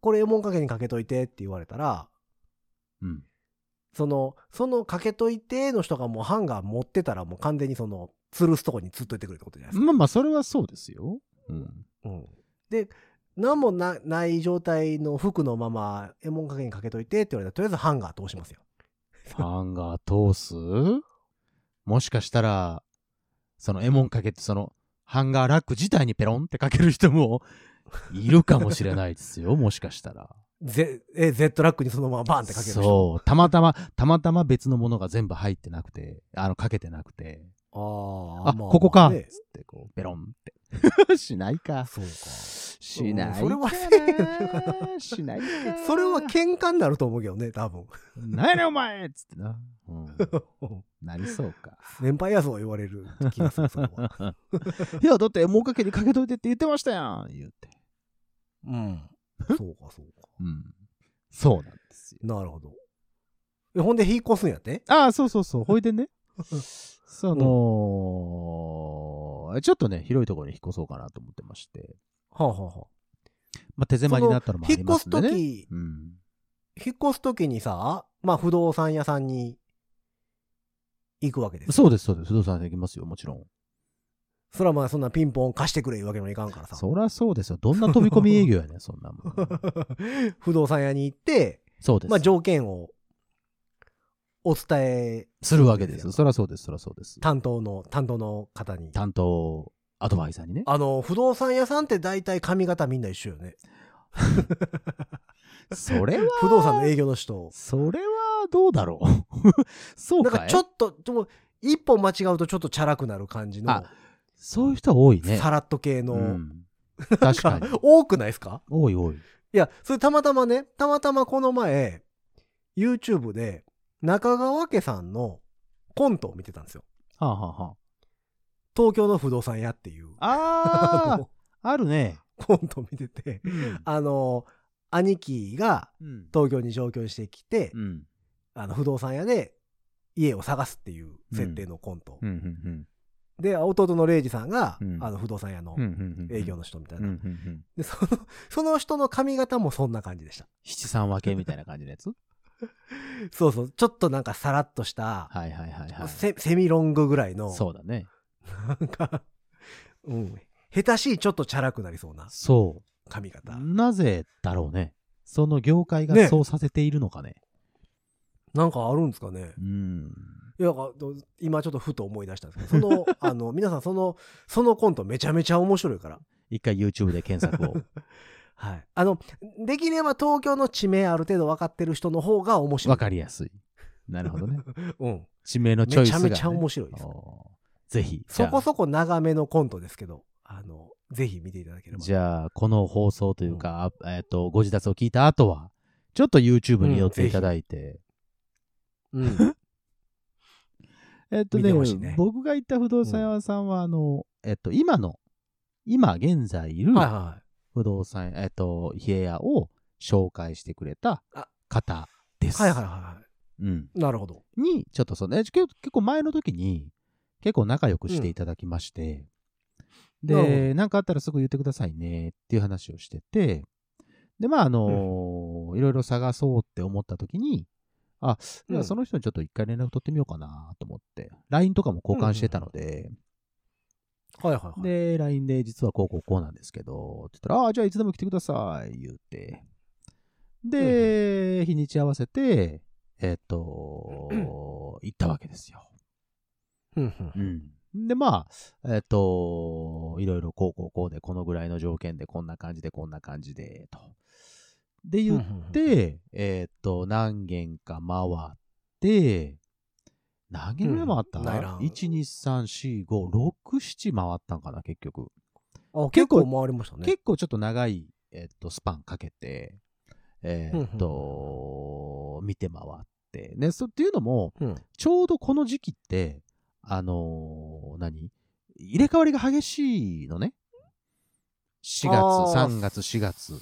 [SPEAKER 2] これえもんかけにかけといてって言われたら
[SPEAKER 3] うん。
[SPEAKER 2] その、そのかけといての人がもうハンガー持ってたらもう完全にその、吊るすとこに吊っといてくるってことじゃないですか。
[SPEAKER 3] まあまあ、それはそうですよ。うん。
[SPEAKER 2] うん、で、何もなない状態の服のまま、えもんかけにかけといてって言われたら、とりあえずハンガー通しますよ。
[SPEAKER 3] ハンガー通すもしかしたら、そのエモンかけって、その、ハンガーラック自体にペロンってかける人もいるかもしれないです よ。もしかしたら。
[SPEAKER 2] ゼえ、Z ラックにそのままバンってかける人。
[SPEAKER 3] そう。たまたま、たまたま別のものが全部入ってなくて、あの、かけてなくて。
[SPEAKER 2] あーま
[SPEAKER 3] あ、
[SPEAKER 2] あまあ
[SPEAKER 3] ここか、
[SPEAKER 2] ね
[SPEAKER 3] つってこう、ベロンって。 しないか。
[SPEAKER 2] そうか。
[SPEAKER 3] しないかな。
[SPEAKER 2] それはせえ
[SPEAKER 3] しないかな。
[SPEAKER 2] それは喧嘩になると思うけどね、多 分。
[SPEAKER 3] 何やねんお前つってな。 うん。なりそうか。
[SPEAKER 2] 先輩やぞ言われる気がする、それ は。
[SPEAKER 3] いや、だって、もうかけにかけといてって言ってましたやん言って。
[SPEAKER 2] うん。そうか、そうか。
[SPEAKER 3] うん。そうなんですよ。
[SPEAKER 2] なるほど。えほんで、引っ越すんやって
[SPEAKER 3] ああ、そうそうそう。ほい でね。その、ちょっとね、広いところに引っ越そうかなと思ってまして。
[SPEAKER 2] はあ、はあはあ、
[SPEAKER 3] まあ、手狭になったのもあり
[SPEAKER 2] 引っ
[SPEAKER 3] ま
[SPEAKER 2] 越す
[SPEAKER 3] すんでね。
[SPEAKER 2] 時、
[SPEAKER 3] うん。
[SPEAKER 2] 引っ越す時にさ、まあ不動産屋さんに行くわけですよ。
[SPEAKER 3] そうです、そうです。不動産できますよ、もちろん。
[SPEAKER 2] そらまあそんなピンポン貸してくれいうわけにもいかんからさ。
[SPEAKER 3] そりゃそうですよ。どんな飛び込み営業やねん、そんなもん。
[SPEAKER 2] 不動産屋に行って、
[SPEAKER 3] そうです。
[SPEAKER 2] まあ条件をお伝え、
[SPEAKER 3] するわけですよ。そりゃそうです、そりゃそうです。
[SPEAKER 2] 担当の、担当の方に。
[SPEAKER 3] 担当アドバイザーにね。
[SPEAKER 2] あの、不動産屋さんって大体髪型みんな一緒よね。
[SPEAKER 3] それは、
[SPEAKER 2] 不動産の営業の人。
[SPEAKER 3] それはどう だろう。そう
[SPEAKER 2] なん
[SPEAKER 3] かい
[SPEAKER 2] かちょっと、でも一歩間違うとちょっとチャラくなる感じの、
[SPEAKER 3] あそういう人は多いね。
[SPEAKER 2] さらっと系の、
[SPEAKER 3] うん確 かに。
[SPEAKER 2] 多くないですか
[SPEAKER 3] 多い多い。
[SPEAKER 2] いや、それたまたまね、たまたまこの前、YouTube で中川家さんのコントを見てたんですよ。
[SPEAKER 3] はあ、はあは
[SPEAKER 2] 東京の不動産屋っていう、
[SPEAKER 3] あ、
[SPEAKER 2] あ
[SPEAKER 3] あー
[SPEAKER 2] の、
[SPEAKER 3] あるね。
[SPEAKER 2] コントを見てて、
[SPEAKER 3] うん
[SPEAKER 2] あの、兄貴が
[SPEAKER 3] うん。
[SPEAKER 2] 東京に上京してきて、
[SPEAKER 3] うん。
[SPEAKER 2] あの、不動産屋で家を探すっていう設定のコント。
[SPEAKER 3] うん。うん。
[SPEAKER 2] で、弟の礼二さんが、
[SPEAKER 3] うん
[SPEAKER 2] あの、不動産屋の
[SPEAKER 3] うんうん。
[SPEAKER 2] 営業の人みたい
[SPEAKER 3] うん。う
[SPEAKER 2] な。
[SPEAKER 3] んうん。
[SPEAKER 2] で、その、その人の髪型もそんな感じでした。
[SPEAKER 3] 七三分けみたいな感じのやつ
[SPEAKER 2] そうそう、ちょっとなんかさらっとした、
[SPEAKER 3] はいはいはいはい。
[SPEAKER 2] セセミロングぐらいの、
[SPEAKER 3] そうだね。
[SPEAKER 2] なんか、うん。下手しいちょっとチャラくなりそうな
[SPEAKER 3] そう。
[SPEAKER 2] 髪型。
[SPEAKER 3] なぜだろうね。その業界が
[SPEAKER 2] ね
[SPEAKER 3] そうさせているのかね。
[SPEAKER 2] なんかあるんですかね
[SPEAKER 3] うん。
[SPEAKER 2] いや、なんかど今ちょっとふと思い出したんですけど、その、あの、皆さんその、そのコントめちゃめちゃ面白いから。
[SPEAKER 3] 一回 YouTube で検 索を。
[SPEAKER 2] はい。あの、できれば東京の地名ある程度分かってる人の方が面白い。
[SPEAKER 3] わかりやすい。なるほどね。
[SPEAKER 2] うん。
[SPEAKER 3] 地名のチョ
[SPEAKER 2] め
[SPEAKER 3] イス
[SPEAKER 2] ちゃ
[SPEAKER 3] が、ね。
[SPEAKER 2] めちゃ面白いです。
[SPEAKER 3] おーぜひ。
[SPEAKER 2] そこ
[SPEAKER 3] じゃあ
[SPEAKER 2] そこ長めのコントですけど、あの、ぜひ見ていただければ。
[SPEAKER 3] じゃあ、この放送というか、あえっ、と、ご自宅を聞いた後は、ちょっと YouTube に寄っていただいて。
[SPEAKER 2] うん。
[SPEAKER 3] えっと
[SPEAKER 2] 見
[SPEAKER 3] ね
[SPEAKER 2] てほしいね
[SPEAKER 3] 僕が行った不動産屋さんは、あの、えっと、今の、今現在いる
[SPEAKER 2] はいは
[SPEAKER 3] 不動産、えっと、家屋を紹介してくれた
[SPEAKER 2] あ
[SPEAKER 3] 方です。
[SPEAKER 2] い。はいはいはいは
[SPEAKER 3] うん。
[SPEAKER 2] い。なるほど。
[SPEAKER 3] に、ちょっとその、え結結構前の時に、結構仲良くしていただきまして、
[SPEAKER 2] なるほ
[SPEAKER 3] で、なんかあったらすぐ言ってくださいねっていう話をしてて、で、まあ、あのーいろいろ探そうって思った時に、あ、じ
[SPEAKER 2] う
[SPEAKER 3] ゃあ
[SPEAKER 2] ん
[SPEAKER 3] その人にちょっと一回連絡取ってみようかなと思って、LINE とかも交換してたので、
[SPEAKER 2] はいはいはい。
[SPEAKER 3] で、LINE で実はこうこうこうなんですけど、って言ったら、あ、じゃあいつでも来てください、言うて。で、日にち合わせて、えっ、 と、
[SPEAKER 2] うん
[SPEAKER 3] 行ったわけですよ。
[SPEAKER 2] うんうん
[SPEAKER 3] で、まあ、えっ、と、いろいろこうこうこうで、このぐらいの条件で、こんな感じで、こんな感じで、と。で、言って、えっ、と、何軒か回って、何軒ぐらい回った、
[SPEAKER 2] うん
[SPEAKER 3] ん、
[SPEAKER 2] ないな
[SPEAKER 3] ?1、2、3、4、5、6、7回ったんかな、結局。
[SPEAKER 2] あ結
[SPEAKER 3] 結構
[SPEAKER 2] 構回りましたね。
[SPEAKER 3] 結構ちょっと長い、えっとスパンかけて、えっと、見て回って。ね、そっていうのも、
[SPEAKER 2] うん
[SPEAKER 3] ちょうどこの時期って、あのー何入れ替わりが激しいのね。4月、
[SPEAKER 2] あー
[SPEAKER 3] 3月、4月。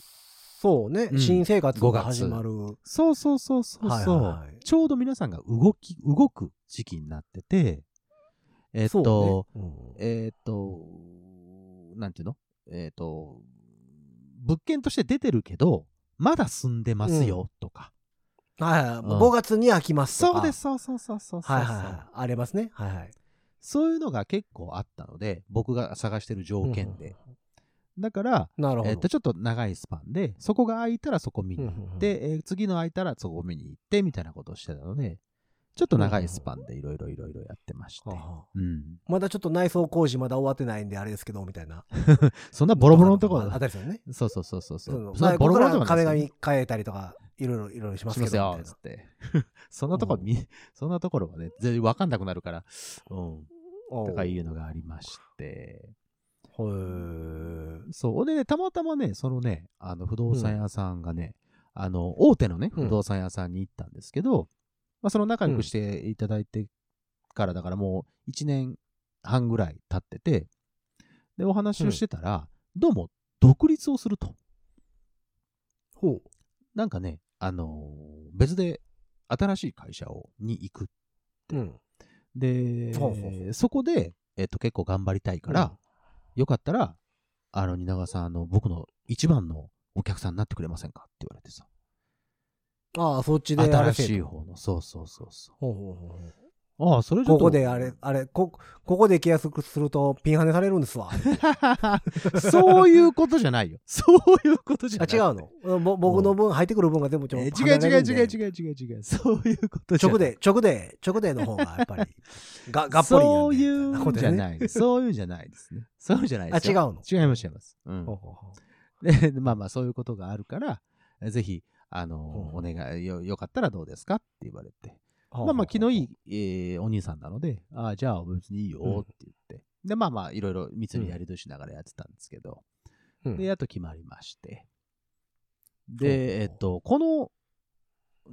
[SPEAKER 2] そうね、
[SPEAKER 3] うん
[SPEAKER 2] 新生活が
[SPEAKER 3] 5月
[SPEAKER 2] 始まる。
[SPEAKER 3] そうそうそうそう
[SPEAKER 2] はい
[SPEAKER 3] そう、
[SPEAKER 2] はいはい
[SPEAKER 3] ちょうど皆さんが動き、動く時期になってて、えっと、
[SPEAKER 2] そうねうん
[SPEAKER 3] えーっ、と、なんていうのえーっ、と、物件として出てるけど、まだ住んでますよとか。
[SPEAKER 2] はいはい。
[SPEAKER 3] うん
[SPEAKER 2] 5月に開きますとか。
[SPEAKER 3] そうです、。そうそうそうそうそう、
[SPEAKER 2] はいはいはい。ありますね。はいはい。
[SPEAKER 3] そういうのが結構あったので、僕が探してる条件
[SPEAKER 2] うん
[SPEAKER 3] で。だから、
[SPEAKER 2] なるほ
[SPEAKER 3] えーっ、と、
[SPEAKER 2] ど。
[SPEAKER 3] ちょっと長いスパンで、そこが空いたらそこ見に行っ
[SPEAKER 2] うん
[SPEAKER 3] て、えー次の空いたらそこ見に行って、みたいなことをしてたので、ちょっと長いスパンでいろいろいろいろやってまして。
[SPEAKER 2] はあはあ
[SPEAKER 3] うん。
[SPEAKER 2] まだちょっと内装工事まだ終わってないんであれですけど、みたいな。
[SPEAKER 3] そんなボロボロのとこ
[SPEAKER 2] あ
[SPEAKER 3] ろ
[SPEAKER 2] ったりするね。
[SPEAKER 3] そうそうそうそうそ。
[SPEAKER 2] そうの
[SPEAKER 3] そんなボロボロのとこ
[SPEAKER 2] ここか
[SPEAKER 3] ろ
[SPEAKER 2] ら壁紙変えたりとか、いろいろいろいろします
[SPEAKER 3] し
[SPEAKER 2] け
[SPEAKER 3] ま
[SPEAKER 2] ど。
[SPEAKER 3] すよ
[SPEAKER 2] みたい
[SPEAKER 3] つ
[SPEAKER 2] な
[SPEAKER 3] って。 そんなとこ見、そんなところはね、全然わかんなくなるから、うん、
[SPEAKER 2] おう
[SPEAKER 3] とかいうのがありまして。
[SPEAKER 2] ほう
[SPEAKER 3] そう。でね、たまたまね、そのね、あの、不動産屋さんがね、あの、大手のね、
[SPEAKER 2] うん
[SPEAKER 3] 不動産屋さんに行ったんですけど、まあ、その仲良くしていただいてから、だからもう1年半ぐらい経ってて、で、お話をしてたら、どうも独立をすると。
[SPEAKER 2] ほう。
[SPEAKER 3] なんかね、あのー別で新しい会社をに行く
[SPEAKER 2] うん。
[SPEAKER 3] で
[SPEAKER 2] ほうほうほ、
[SPEAKER 3] そこで、えっと、結構頑張りたいから、よかったら、あの、蜷川さん、あの、僕の一番のお客さんになってくれませんかって言われてさ。
[SPEAKER 2] ああ、そっちであれ
[SPEAKER 3] 新
[SPEAKER 2] せえと
[SPEAKER 3] しい方の、そうそうそうそ
[SPEAKER 2] ほうほうほうほう
[SPEAKER 3] う。ああ、それじゃ
[SPEAKER 2] ここであれ、。あれ、こ、ここで気安くするとピンハネされるんですわ。
[SPEAKER 3] そういうことじゃ ないよ。そういうことじゃ
[SPEAKER 2] あ、
[SPEAKER 3] ない。
[SPEAKER 2] 違うのうんぼ僕の分、入ってくる分が全部ちょ
[SPEAKER 3] え
[SPEAKER 2] っと
[SPEAKER 3] ー
[SPEAKER 2] 離れ
[SPEAKER 3] 違う違
[SPEAKER 2] る
[SPEAKER 3] うん
[SPEAKER 2] で
[SPEAKER 3] 違う違う違う違う。そういうことじゃな
[SPEAKER 2] 直
[SPEAKER 3] い。
[SPEAKER 2] で、直で、直での方がやっ ぱり、が、がっぽりやん
[SPEAKER 3] そう
[SPEAKER 2] ね
[SPEAKER 3] い
[SPEAKER 2] みた
[SPEAKER 3] うん
[SPEAKER 2] こと
[SPEAKER 3] じ
[SPEAKER 2] や
[SPEAKER 3] ゃ
[SPEAKER 2] ね
[SPEAKER 3] ないです。そういうんじゃないですね。そういうんじゃない
[SPEAKER 2] あ、
[SPEAKER 3] で
[SPEAKER 2] 違
[SPEAKER 3] す
[SPEAKER 2] う
[SPEAKER 3] よ。
[SPEAKER 2] の
[SPEAKER 3] 違います、違います。うん
[SPEAKER 2] ほう。ほうほう
[SPEAKER 3] で、まあまあ、そういうことがあるから、えぜひ、あの、
[SPEAKER 2] う
[SPEAKER 3] お願いよ、よかったらどうですかって言われて。
[SPEAKER 2] ほう
[SPEAKER 3] まあまあ、気のいい、えーお兄さんなので、ああ、じゃあ別にいい
[SPEAKER 2] うん
[SPEAKER 3] よって言って。で、まあまあ、いろいろ密にやりとしながらやってたんですけど、
[SPEAKER 2] うん
[SPEAKER 3] で、やっと決まりまして。
[SPEAKER 2] ほうほうほう
[SPEAKER 3] で、えっと、この、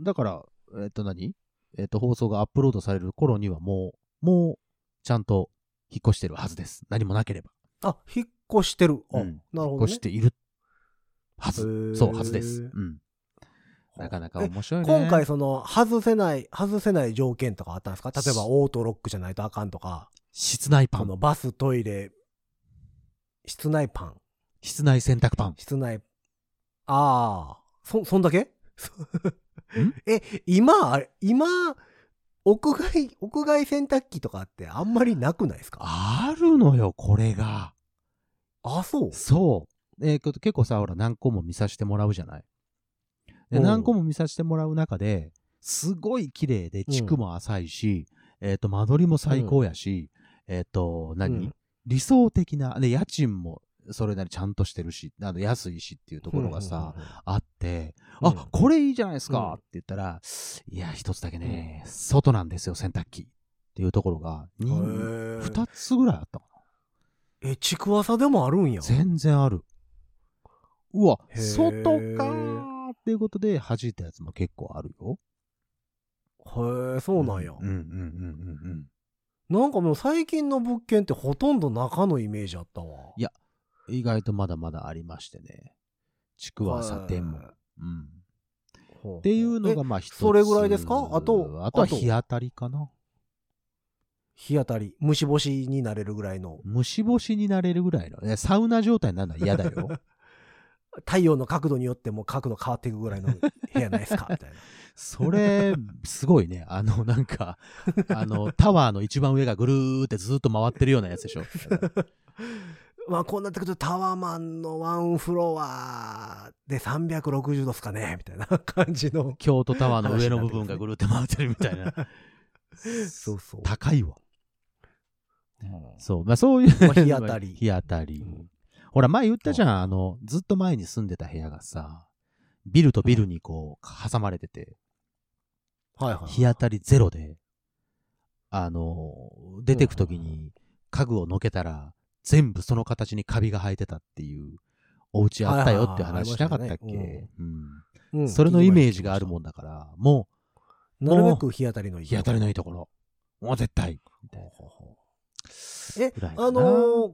[SPEAKER 3] だから、えっと何えっと、放送がアップロードされる頃にはもう、もう、ちゃんと引っ越してるはずです。何もなければ。
[SPEAKER 2] あ、引っ越してる。あ、
[SPEAKER 3] うん
[SPEAKER 2] なるほど、ね。
[SPEAKER 3] 引っ越しているは
[SPEAKER 2] へ
[SPEAKER 3] ず。
[SPEAKER 2] え
[SPEAKER 3] そう、はずです。うん。なかなか
[SPEAKER 2] え
[SPEAKER 3] 面白いね。
[SPEAKER 2] 今回、その、外せない、外せない条件とかあったんですか例えば、オートロックじゃないとあかんとか、
[SPEAKER 3] 室内パ
[SPEAKER 2] こ
[SPEAKER 3] ン
[SPEAKER 2] の、バス、トイレ、室内パン、
[SPEAKER 3] 室内洗濯パン。
[SPEAKER 2] 室内、ああ、そ、そんだけ
[SPEAKER 3] ん
[SPEAKER 2] え、今、あれ今、屋外、屋外洗濯機とかってあんまりなくないですか
[SPEAKER 3] あるのよ、これが。
[SPEAKER 2] あ、そう。
[SPEAKER 3] そう。えーけど結構さ、ほら、何個も見させてもらうじゃない。で
[SPEAKER 2] うん
[SPEAKER 3] 何個も見させてもらう中で、すごい綺麗で、地区も浅いし、えっ、と、間取りも最高やし、えっ、と、何、
[SPEAKER 2] うん
[SPEAKER 3] 理想的な、で、家賃もそれなりちゃんとしてるし、あの安いしっていうところがさ、あって、
[SPEAKER 2] うん
[SPEAKER 3] あ、これいいじゃないです
[SPEAKER 2] うん
[SPEAKER 3] かって言ったら、いや、一つだけね、外なんですよ、洗濯機っていうところが、
[SPEAKER 2] うんうん
[SPEAKER 3] に
[SPEAKER 2] うん、へえ
[SPEAKER 3] 二つぐらいあったか
[SPEAKER 2] え、ちくわさでもあるんや
[SPEAKER 3] な。。全然ある。うわ、
[SPEAKER 2] へー
[SPEAKER 3] 外かーっていうことで弾いたやつも結構あるよ。
[SPEAKER 2] へえ、そうなんや。
[SPEAKER 3] うんうんうんうんうん。
[SPEAKER 2] なんかもう最近の物件ってほとんど中のイメージあったわ。
[SPEAKER 3] いや意外とまだまだありましてね。ちくわさても
[SPEAKER 2] はい。
[SPEAKER 3] うん。
[SPEAKER 2] ほうほう
[SPEAKER 3] っていうのが、まあ一つ。
[SPEAKER 2] それぐらいですかあと
[SPEAKER 3] あとは
[SPEAKER 2] あと
[SPEAKER 3] 日当たりかな。
[SPEAKER 2] 日当たり、虫干しになれるぐらいの。
[SPEAKER 3] 虫干しになれるぐらいのね、サウナ状態になるのは嫌だよ。
[SPEAKER 2] 太陽の角度によっても角度変わっていくぐらいの部屋ないですかみたいな。
[SPEAKER 3] それ、すごいね。 あの、なんか、あの、タワーの一番上がぐるーってずーっと回ってるようなや つでしょ。
[SPEAKER 2] まあこうなってくるとタワマンのワンフロアで360度っすかねみたいな 感じの。
[SPEAKER 3] 京都タワーの上の部分がぐるーって回ってるみたいな。
[SPEAKER 2] そうそう。
[SPEAKER 3] 高いわ。
[SPEAKER 2] う
[SPEAKER 3] そう。まあ、そういう。
[SPEAKER 2] まあ日当たり
[SPEAKER 3] 日当たり。
[SPEAKER 2] ん
[SPEAKER 3] ほら、前言ったじゃん。あの、ずっと前に住んでた部屋がさ、ビルとビルにこう、挟まれてて、
[SPEAKER 2] はいはい。
[SPEAKER 3] 日当たりゼロで、あの、出てくときに家具をのけたら、全部その形にカビが生えてたっていう、お家あったよっていう
[SPEAKER 2] はいはいはい
[SPEAKER 3] 話しなかったっけ、
[SPEAKER 2] ありましたね
[SPEAKER 3] う
[SPEAKER 2] うん
[SPEAKER 3] ん、それのイメージがあるも
[SPEAKER 2] ん。
[SPEAKER 3] んだから、も
[SPEAKER 2] なるべく日当たりのいうい。
[SPEAKER 3] 日当たりのいいところ。もう絶対。みたいな
[SPEAKER 2] え
[SPEAKER 3] ぐらい、かな
[SPEAKER 2] あの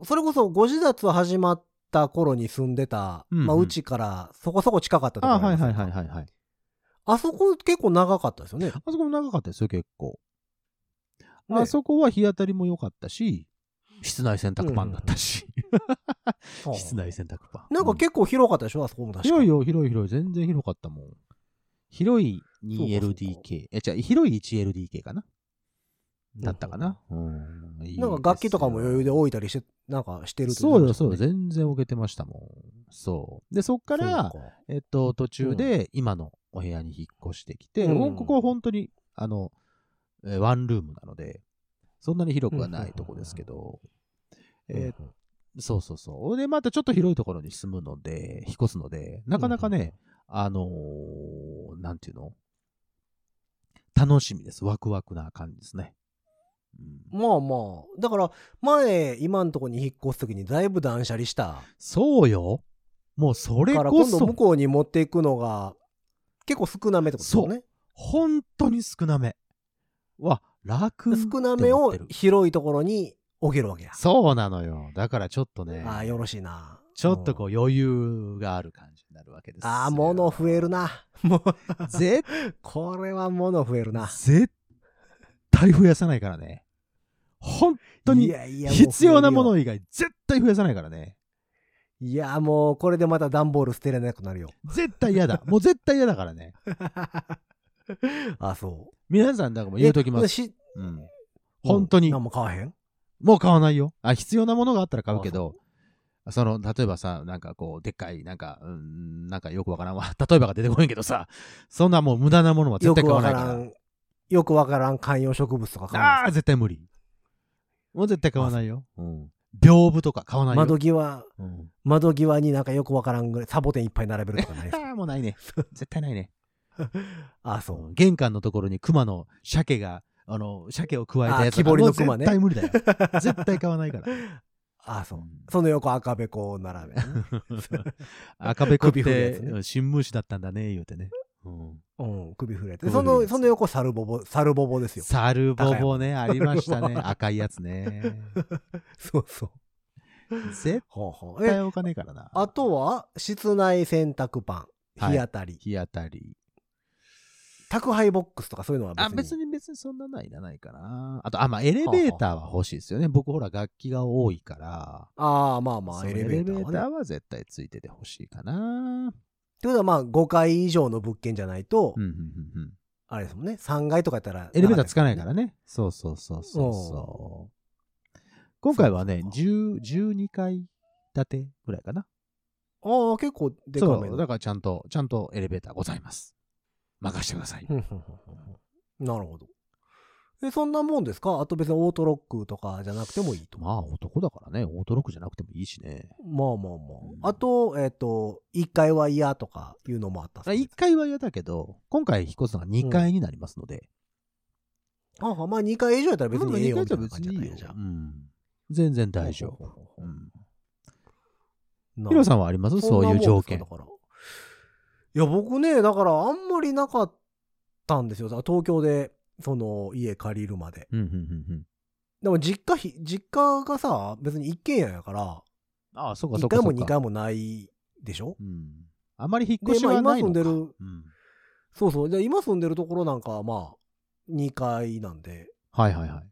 [SPEAKER 2] ーそれこそご自立始まった頃に住んでた、
[SPEAKER 3] うんうん
[SPEAKER 2] まあ、うちからそこそこ近かったところ
[SPEAKER 3] あ、
[SPEAKER 2] あり
[SPEAKER 3] はい
[SPEAKER 2] ます
[SPEAKER 3] は
[SPEAKER 2] よ
[SPEAKER 3] い
[SPEAKER 2] ね
[SPEAKER 3] はいはいはい。
[SPEAKER 2] あそこ結構長かったですよね。
[SPEAKER 3] あそこも長かったですよ、結構。
[SPEAKER 2] ね
[SPEAKER 3] あそこは日当たりも良かったし、室内洗濯パンだったし、 室内洗濯パン。
[SPEAKER 2] なんか結構広かったでしょあそこも
[SPEAKER 3] うん
[SPEAKER 2] 確か
[SPEAKER 3] 広いよ、広い広い。全然広かったもん。広い 2LDK。え、じゃ広い 1LDK かなだったかな。うん。いいです
[SPEAKER 2] な
[SPEAKER 3] よ
[SPEAKER 2] んか楽器とかも余裕で置いたりして、なんかしてるって言
[SPEAKER 3] そ
[SPEAKER 2] っ
[SPEAKER 3] う
[SPEAKER 2] て
[SPEAKER 3] よ、
[SPEAKER 2] ました
[SPEAKER 3] そ
[SPEAKER 2] も
[SPEAKER 3] うんよ。
[SPEAKER 2] ね
[SPEAKER 3] 全然置けてましたもん。そう。で、そっから、
[SPEAKER 2] そうか
[SPEAKER 3] えっと、途中で今のお部屋に引っ越してきて、
[SPEAKER 2] うん
[SPEAKER 3] もうここは本当に、あの、えーワンルームなので、そんなに広くはないとこですけど、えーそうそうそう。で、またちょっと広いところに住むので、引っ越すので、なかなかね、あのーなんていうの楽しみです。ワクワクな感じですね。うん、
[SPEAKER 2] まあまあ。だから、前、今のとこに引っ越すときにだいぶ断捨離した。
[SPEAKER 3] そうよ。もうそれ
[SPEAKER 2] から
[SPEAKER 3] こ
[SPEAKER 2] 今度向
[SPEAKER 3] そ、
[SPEAKER 2] こうに持っていくのが、結構少なめってことですよね。
[SPEAKER 3] 本当に少なめ。わ、楽って思って
[SPEAKER 2] 少
[SPEAKER 3] る。
[SPEAKER 2] なめを広いところに置けるわけや。
[SPEAKER 3] そうなのよ。だからちょっとね、
[SPEAKER 2] ああ、よろしいな。
[SPEAKER 3] ちょっとこう余裕がある感じになるわけです。
[SPEAKER 2] ああ、物増える。な。もう、
[SPEAKER 3] 絶
[SPEAKER 2] これは物増えるな。
[SPEAKER 3] 絶対増やさないからね。本当
[SPEAKER 2] い
[SPEAKER 3] に
[SPEAKER 2] やいやもう増えるよ
[SPEAKER 3] 必要なもの以外絶対増やさないからね。
[SPEAKER 2] いや、もう、これでまた段ボール捨てれなくなるよ。
[SPEAKER 3] 絶対 嫌だ。もう絶対嫌だからね。
[SPEAKER 2] ああ、そ
[SPEAKER 3] 皆さんなんかも
[SPEAKER 2] う。
[SPEAKER 3] 言うときます。
[SPEAKER 2] す。
[SPEAKER 3] うん、本当に、
[SPEAKER 2] 何も買わへん
[SPEAKER 3] もう買わないよ。あ、必要なものがあったら買うけど、その、例えばさ、なんかこう、でっかい、なんか、うん、なんかよくわからんわ。例えばが出てこないけどさ、そんなもう無駄なものは絶
[SPEAKER 2] よ
[SPEAKER 3] 対
[SPEAKER 2] く
[SPEAKER 3] 買わ
[SPEAKER 2] わ
[SPEAKER 3] な
[SPEAKER 2] か
[SPEAKER 3] いから
[SPEAKER 2] ら。ん、よくわからん観葉植物とか買うんです
[SPEAKER 3] ああ、絶対無理。もう絶対買わないよ。うん。屏風とか買わないよ。
[SPEAKER 2] 窓際、
[SPEAKER 3] うん、
[SPEAKER 2] 窓際になんかよくわからんぐらいサボテンいっぱい並べるとかないです か
[SPEAKER 3] ああ、もうないね。絶対ないね。
[SPEAKER 2] あ、そう。
[SPEAKER 3] 玄関のところに熊の鮭が、あの、鮭を加えたやつ
[SPEAKER 2] あー木彫りの熊ね
[SPEAKER 3] もう絶対無理だよ。絶対買わない から。
[SPEAKER 2] あ、そう
[SPEAKER 3] う。
[SPEAKER 2] その横赤べこを並べ。
[SPEAKER 3] 赤べこっ
[SPEAKER 2] 首振るや
[SPEAKER 3] て、
[SPEAKER 2] つね
[SPEAKER 3] うん新聞紙だったんだね、言うてね。うん。
[SPEAKER 2] うん、首振れて。
[SPEAKER 3] 首
[SPEAKER 2] そ
[SPEAKER 3] 振るやつ
[SPEAKER 2] の、その横サルボボ、サルボボですよ。
[SPEAKER 3] サルボボね、ありました ね。赤いやつね。
[SPEAKER 2] そうそう。
[SPEAKER 3] 絶
[SPEAKER 2] ほうほう。え、
[SPEAKER 3] 対お金からな。
[SPEAKER 2] あとは、室内洗濯パン、
[SPEAKER 3] はい
[SPEAKER 2] 日当たり、
[SPEAKER 3] 日当たり。
[SPEAKER 2] 宅配ボックスとかそういうのは別
[SPEAKER 3] あ、
[SPEAKER 2] に。
[SPEAKER 3] 別に別にそんなのはいらないかな。あと、あ、まあ、エレベーターは欲しいですよね。僕、ほら、楽器が多いから。
[SPEAKER 2] ああ、まあま
[SPEAKER 3] そ
[SPEAKER 2] あ、
[SPEAKER 3] の
[SPEAKER 2] エレベーターはね。っ
[SPEAKER 3] は絶対ついてて欲しいかな。
[SPEAKER 2] てことは、まあ、5階以上の物件じゃないと
[SPEAKER 3] うん、うんうんうん。
[SPEAKER 2] あれですもんね。3階とかやったら。
[SPEAKER 3] エレベーターつかない
[SPEAKER 2] ら
[SPEAKER 3] からね。そうそうそうそうそう。今回はね、10 12階建てぐらいかな。
[SPEAKER 2] ああ、結構でか
[SPEAKER 3] そ
[SPEAKER 2] め
[SPEAKER 3] う、
[SPEAKER 2] の
[SPEAKER 3] だからちゃんと、ちゃんとエレベーターございます。任してください。
[SPEAKER 2] ふんふんふんふんふんなるほど。え、そんなもんですかあと別にオートロックとかじゃなくてもいいと。
[SPEAKER 3] まあ、男だからね、オートロックじゃなくてもいいしね。
[SPEAKER 2] まあまあま
[SPEAKER 3] うん
[SPEAKER 2] あ。あと、えっ、と、1階は嫌とかいうのもあったそうです
[SPEAKER 3] 1階は嫌だけど、今回引っ越すのが2階になりますので。
[SPEAKER 2] ああまあ2階以上やったら別にええよ
[SPEAKER 3] 2階
[SPEAKER 2] み
[SPEAKER 3] じ
[SPEAKER 2] た
[SPEAKER 3] ゃ
[SPEAKER 2] いな感
[SPEAKER 3] 別
[SPEAKER 2] じ
[SPEAKER 3] に
[SPEAKER 2] だ
[SPEAKER 3] い
[SPEAKER 2] っ
[SPEAKER 3] い
[SPEAKER 2] たん
[SPEAKER 3] よ
[SPEAKER 2] やじゃ。あ
[SPEAKER 3] うん。全然大丈夫。うん。
[SPEAKER 2] な
[SPEAKER 3] ヒロさんはありますそういう条件
[SPEAKER 2] そんな。もんですかだからいや、僕ね、だからあんまりなかったんですよ。だから東京で、その、家借りるまで。
[SPEAKER 3] うんうんうんうん。
[SPEAKER 2] でも実家ひ、実家がさ、別に一軒家やから、
[SPEAKER 3] ああ、そうかそ
[SPEAKER 2] 1
[SPEAKER 3] うか。
[SPEAKER 2] 回も
[SPEAKER 3] そうか
[SPEAKER 2] 2回もないでしょ
[SPEAKER 3] うん。あまり引っ越
[SPEAKER 2] で、
[SPEAKER 3] し
[SPEAKER 2] まあ
[SPEAKER 3] は
[SPEAKER 2] 今
[SPEAKER 3] ない
[SPEAKER 2] 住ん
[SPEAKER 3] のか。
[SPEAKER 2] でる、
[SPEAKER 3] うん。
[SPEAKER 2] そうそう。で、今住んでるところなんかはまあ、2階なんで、
[SPEAKER 3] はいはいはい。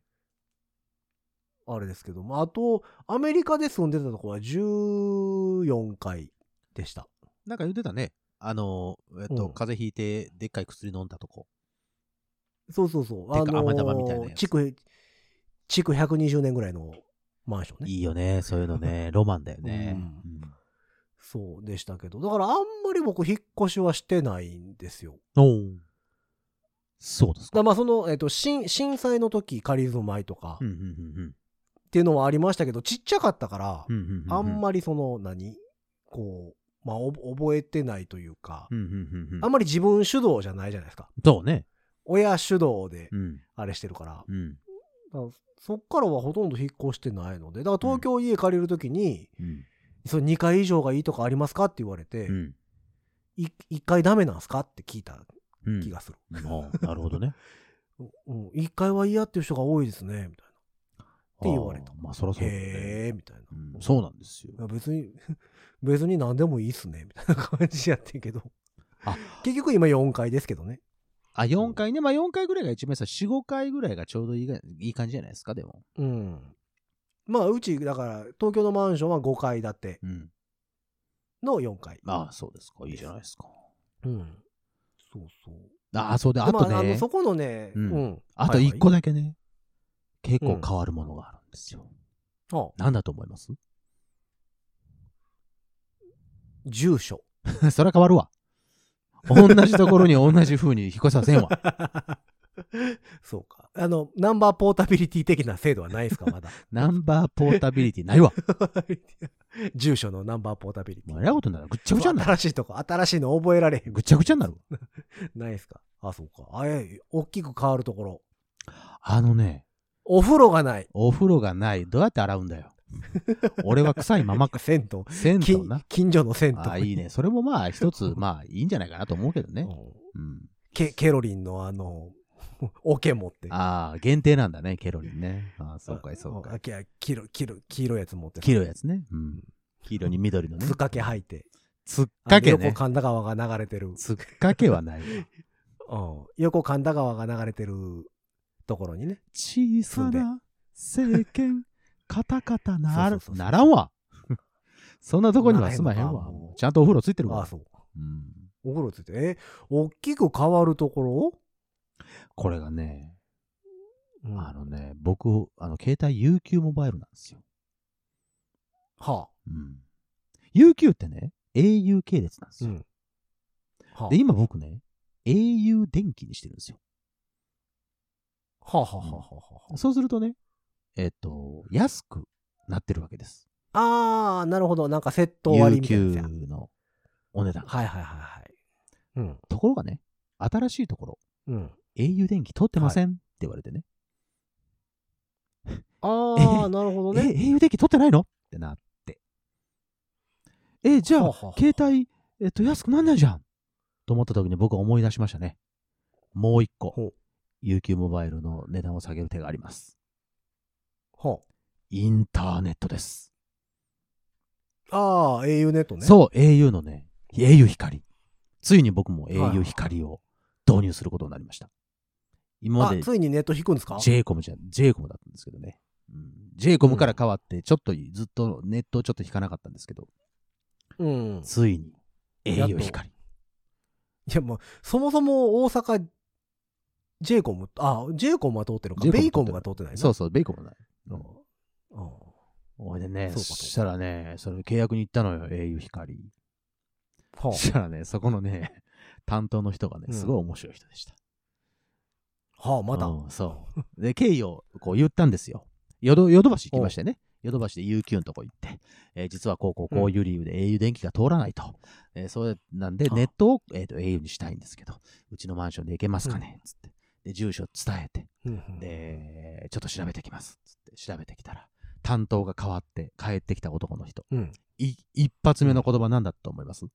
[SPEAKER 2] あれですけど、まあ、あと、アメリカで住んでたとこは14階でした。
[SPEAKER 3] なんか言ってたね。あの、えっと、
[SPEAKER 2] うん
[SPEAKER 3] 風邪ひいて、でっかい薬飲んだとこ。
[SPEAKER 2] そうそうそう。
[SPEAKER 3] て
[SPEAKER 2] あ
[SPEAKER 3] か
[SPEAKER 2] の
[SPEAKER 3] 雨玉みたいなや
[SPEAKER 2] ー、
[SPEAKER 3] つ
[SPEAKER 2] 築、築120年ぐらいのマンションね。
[SPEAKER 3] いいよね、そういうの ね。ロマンだよね。
[SPEAKER 2] う
[SPEAKER 3] うん
[SPEAKER 2] そうでしたけど。だからあんまり僕引っ越しはしてないんですよ。
[SPEAKER 3] おうそうです
[SPEAKER 2] だか
[SPEAKER 3] か。
[SPEAKER 2] らまあその、えっ、と、震震災の時仮住まいとか
[SPEAKER 3] うんうんうんうん
[SPEAKER 2] っていうのはありましたけど、ちっちゃかったから、
[SPEAKER 3] うんうんう
[SPEAKER 2] あん
[SPEAKER 3] り、
[SPEAKER 2] まりその、何こう、まあおぼ覚えてないというか、
[SPEAKER 3] うんうんうんうん
[SPEAKER 2] あんまり自分主導じゃないじゃないですか。
[SPEAKER 3] そうね。
[SPEAKER 2] 親主導で
[SPEAKER 3] うん。
[SPEAKER 2] あれしてるから。
[SPEAKER 3] うん。
[SPEAKER 2] だからそっからはほとんど引っ越してないので、だから東京家借りる時に、
[SPEAKER 3] うん。
[SPEAKER 2] それ2階以上がいいとかありますかって言われて、
[SPEAKER 3] うん
[SPEAKER 2] い1階ダメなんすかって聞いた
[SPEAKER 3] うん。
[SPEAKER 2] 気がする。
[SPEAKER 3] うんああなるほ どね。
[SPEAKER 2] うん、1階は嫌っていう人が多いですね、みたいて言われた
[SPEAKER 3] あーまあ、そら
[SPEAKER 2] な。
[SPEAKER 3] そうだよね。
[SPEAKER 2] へーみたいな。
[SPEAKER 3] うんそうなんですよ。
[SPEAKER 2] いや別に、 別に何でもいいっすね、みたいな感じやってんけど。
[SPEAKER 3] あ
[SPEAKER 2] 結局今4階ですけどね。
[SPEAKER 3] あ、4回ね。まあ4回ぐらいが一番さ、4、5回ぐらいがちょうどいいがいい感じじゃないですか、でも。
[SPEAKER 2] うん。まあ、うち、だから、東京のマンションは5階建て
[SPEAKER 3] うん。
[SPEAKER 2] の4階。
[SPEAKER 3] まあそうですか。いいじゃないですか。
[SPEAKER 2] うん。そうそう。
[SPEAKER 3] ああ、そうで、あと
[SPEAKER 2] まあ、あの
[SPEAKER 3] ね、
[SPEAKER 2] そこのね、
[SPEAKER 3] う
[SPEAKER 2] うんん。
[SPEAKER 3] あと
[SPEAKER 2] はいはい
[SPEAKER 3] 1個だけね、結構変わるものがあるんですよ。
[SPEAKER 2] あ
[SPEAKER 3] なんだと思います
[SPEAKER 2] 住所。
[SPEAKER 3] そりゃ変わるわ。同じところに同じ風に引っ越させん わ。
[SPEAKER 2] そうか。あの、ナンバーポータビリティ的な制度はない ですか、まだ。
[SPEAKER 3] ナンバーポータビリティないわ。
[SPEAKER 2] 住所のナンバーポータビリテ
[SPEAKER 3] も
[SPEAKER 2] ィ。
[SPEAKER 3] うえらいことになる。ぐっちゃぐちゃになる。
[SPEAKER 2] 新しいとこ、新しいの覚えられへん。
[SPEAKER 3] ぐっちゃぐちゃになるわ。
[SPEAKER 2] ないですか。あ、そうか。あえ、大きく変わるところ。
[SPEAKER 3] あのね、
[SPEAKER 2] お風呂がない。
[SPEAKER 3] お風呂がない。どうやって洗うんだよ。俺は臭いままか。
[SPEAKER 2] 銭湯。
[SPEAKER 3] 銭湯
[SPEAKER 2] 近
[SPEAKER 3] な。
[SPEAKER 2] 近所の銭湯。
[SPEAKER 3] ああ、いいね。それもまあ一つ、まあいいんじゃないかなと思うけど
[SPEAKER 2] う
[SPEAKER 3] ね。
[SPEAKER 2] ん
[SPEAKER 3] うん。
[SPEAKER 2] ケケロリンのあの、おけ持って。
[SPEAKER 3] ああ、限定なんだね、ケロリンね。ああ、そうかい、そうか
[SPEAKER 2] あ
[SPEAKER 3] い。
[SPEAKER 2] きあ黄色、黄色、黄色いやつ持って。
[SPEAKER 3] 黄色いやつね。うん。黄色に緑のね
[SPEAKER 2] つ。っかけ履いて。
[SPEAKER 3] つっかけ
[SPEAKER 2] あの
[SPEAKER 3] ね
[SPEAKER 2] 横。神田川が流れてる。
[SPEAKER 3] つっかけはない わ。
[SPEAKER 2] うん横神田川が流れてるところにね。
[SPEAKER 3] 小さな政権、カタカタな
[SPEAKER 2] そ
[SPEAKER 3] る
[SPEAKER 2] う。そうそうそう
[SPEAKER 3] ならんわ。 そんなとこには住まへん
[SPEAKER 2] ならへんの
[SPEAKER 3] わ
[SPEAKER 2] かも。う
[SPEAKER 3] ちゃんとお風呂ついてる
[SPEAKER 2] ああ、
[SPEAKER 3] わ。
[SPEAKER 2] そう。
[SPEAKER 3] うん
[SPEAKER 2] お風呂ついて。え、大きく変わるところ、
[SPEAKER 3] これがね、
[SPEAKER 2] うん
[SPEAKER 3] あのね、僕、あの、携帯 UQ モバイルなんですよ。
[SPEAKER 2] は
[SPEAKER 3] うん。UQ ってね、au 系列なんで
[SPEAKER 2] あ。
[SPEAKER 3] すよ。
[SPEAKER 2] ん。はあ。
[SPEAKER 3] で、今僕ね、au 電気にしてるんですよ。
[SPEAKER 2] はあはあはあはあは
[SPEAKER 3] そうするとね、えっと、安くなってるわけです。
[SPEAKER 2] あ。あー、なるほど。なんかセット割りみたいなやつや。
[SPEAKER 3] UQ のお値段。
[SPEAKER 2] はいはいはいはい。うん。
[SPEAKER 3] ところがね、新しいところ、
[SPEAKER 2] うん。
[SPEAKER 3] au 電気取ってませんって言われてね、
[SPEAKER 2] ああ、なるほどね。
[SPEAKER 3] え、au 電気取ってないのってなって。え、じゃ
[SPEAKER 2] はあ
[SPEAKER 3] あ
[SPEAKER 2] はあは、あ
[SPEAKER 3] 携帯、えっと、安くなんないじゃんと思った時に僕は思い出しましたね。もう一個、
[SPEAKER 2] ほ
[SPEAKER 3] UQ モバイルの値段を下げる手があります。
[SPEAKER 2] う。は
[SPEAKER 3] インターネットです。
[SPEAKER 2] あ。ああ、au ネットね。う。
[SPEAKER 3] そう、au のね、au 光。ついに僕も
[SPEAKER 2] はいは
[SPEAKER 3] au
[SPEAKER 2] い
[SPEAKER 3] 光を導入することになりました。今ま
[SPEAKER 2] あ
[SPEAKER 3] で、
[SPEAKER 2] ついにネット引くんですか
[SPEAKER 3] JCOM じゃ、JCOM だったんですけどね。うん、JCOM から変わって、ちょっとずっとネットをちょっと引かなかったんですけど、
[SPEAKER 2] うん。
[SPEAKER 3] ついに
[SPEAKER 2] やっと
[SPEAKER 3] au 光。
[SPEAKER 2] いや、もう、そもそも大阪、j コムあ、j コムは通ってるか。
[SPEAKER 3] J-COM
[SPEAKER 2] ベイコムが通ってないな
[SPEAKER 3] そうそう、ベイコもない。
[SPEAKER 2] うん。うん
[SPEAKER 3] おいでね、
[SPEAKER 2] そう
[SPEAKER 3] そ
[SPEAKER 2] か
[SPEAKER 3] したらね、その契約に行ったのよ、au 光。
[SPEAKER 2] はあ
[SPEAKER 3] そしたらね、そこのね、 担当の人がね、
[SPEAKER 2] うん
[SPEAKER 3] すごい面白い人でした。
[SPEAKER 2] はあ、まだ。
[SPEAKER 3] うんそう。 で、経緯をこう言ったんですよ。ヨドヨドバシ行きましてね。ヨドバシで UQ のとこ行って、えー実はこうこうこういう理由で au 電気が通らないと。えーそれなんで、
[SPEAKER 2] あ
[SPEAKER 3] ネットを、えー、と au にしたいんですけど、うちのマンションで行けますかね、つって。で、住所伝えて、
[SPEAKER 2] うんうん
[SPEAKER 3] で、ちょっと調べてきます。つって調べてきたら、担当が変わって帰ってきた男の人。
[SPEAKER 2] うん。
[SPEAKER 3] い一発目の言葉なんだと思います、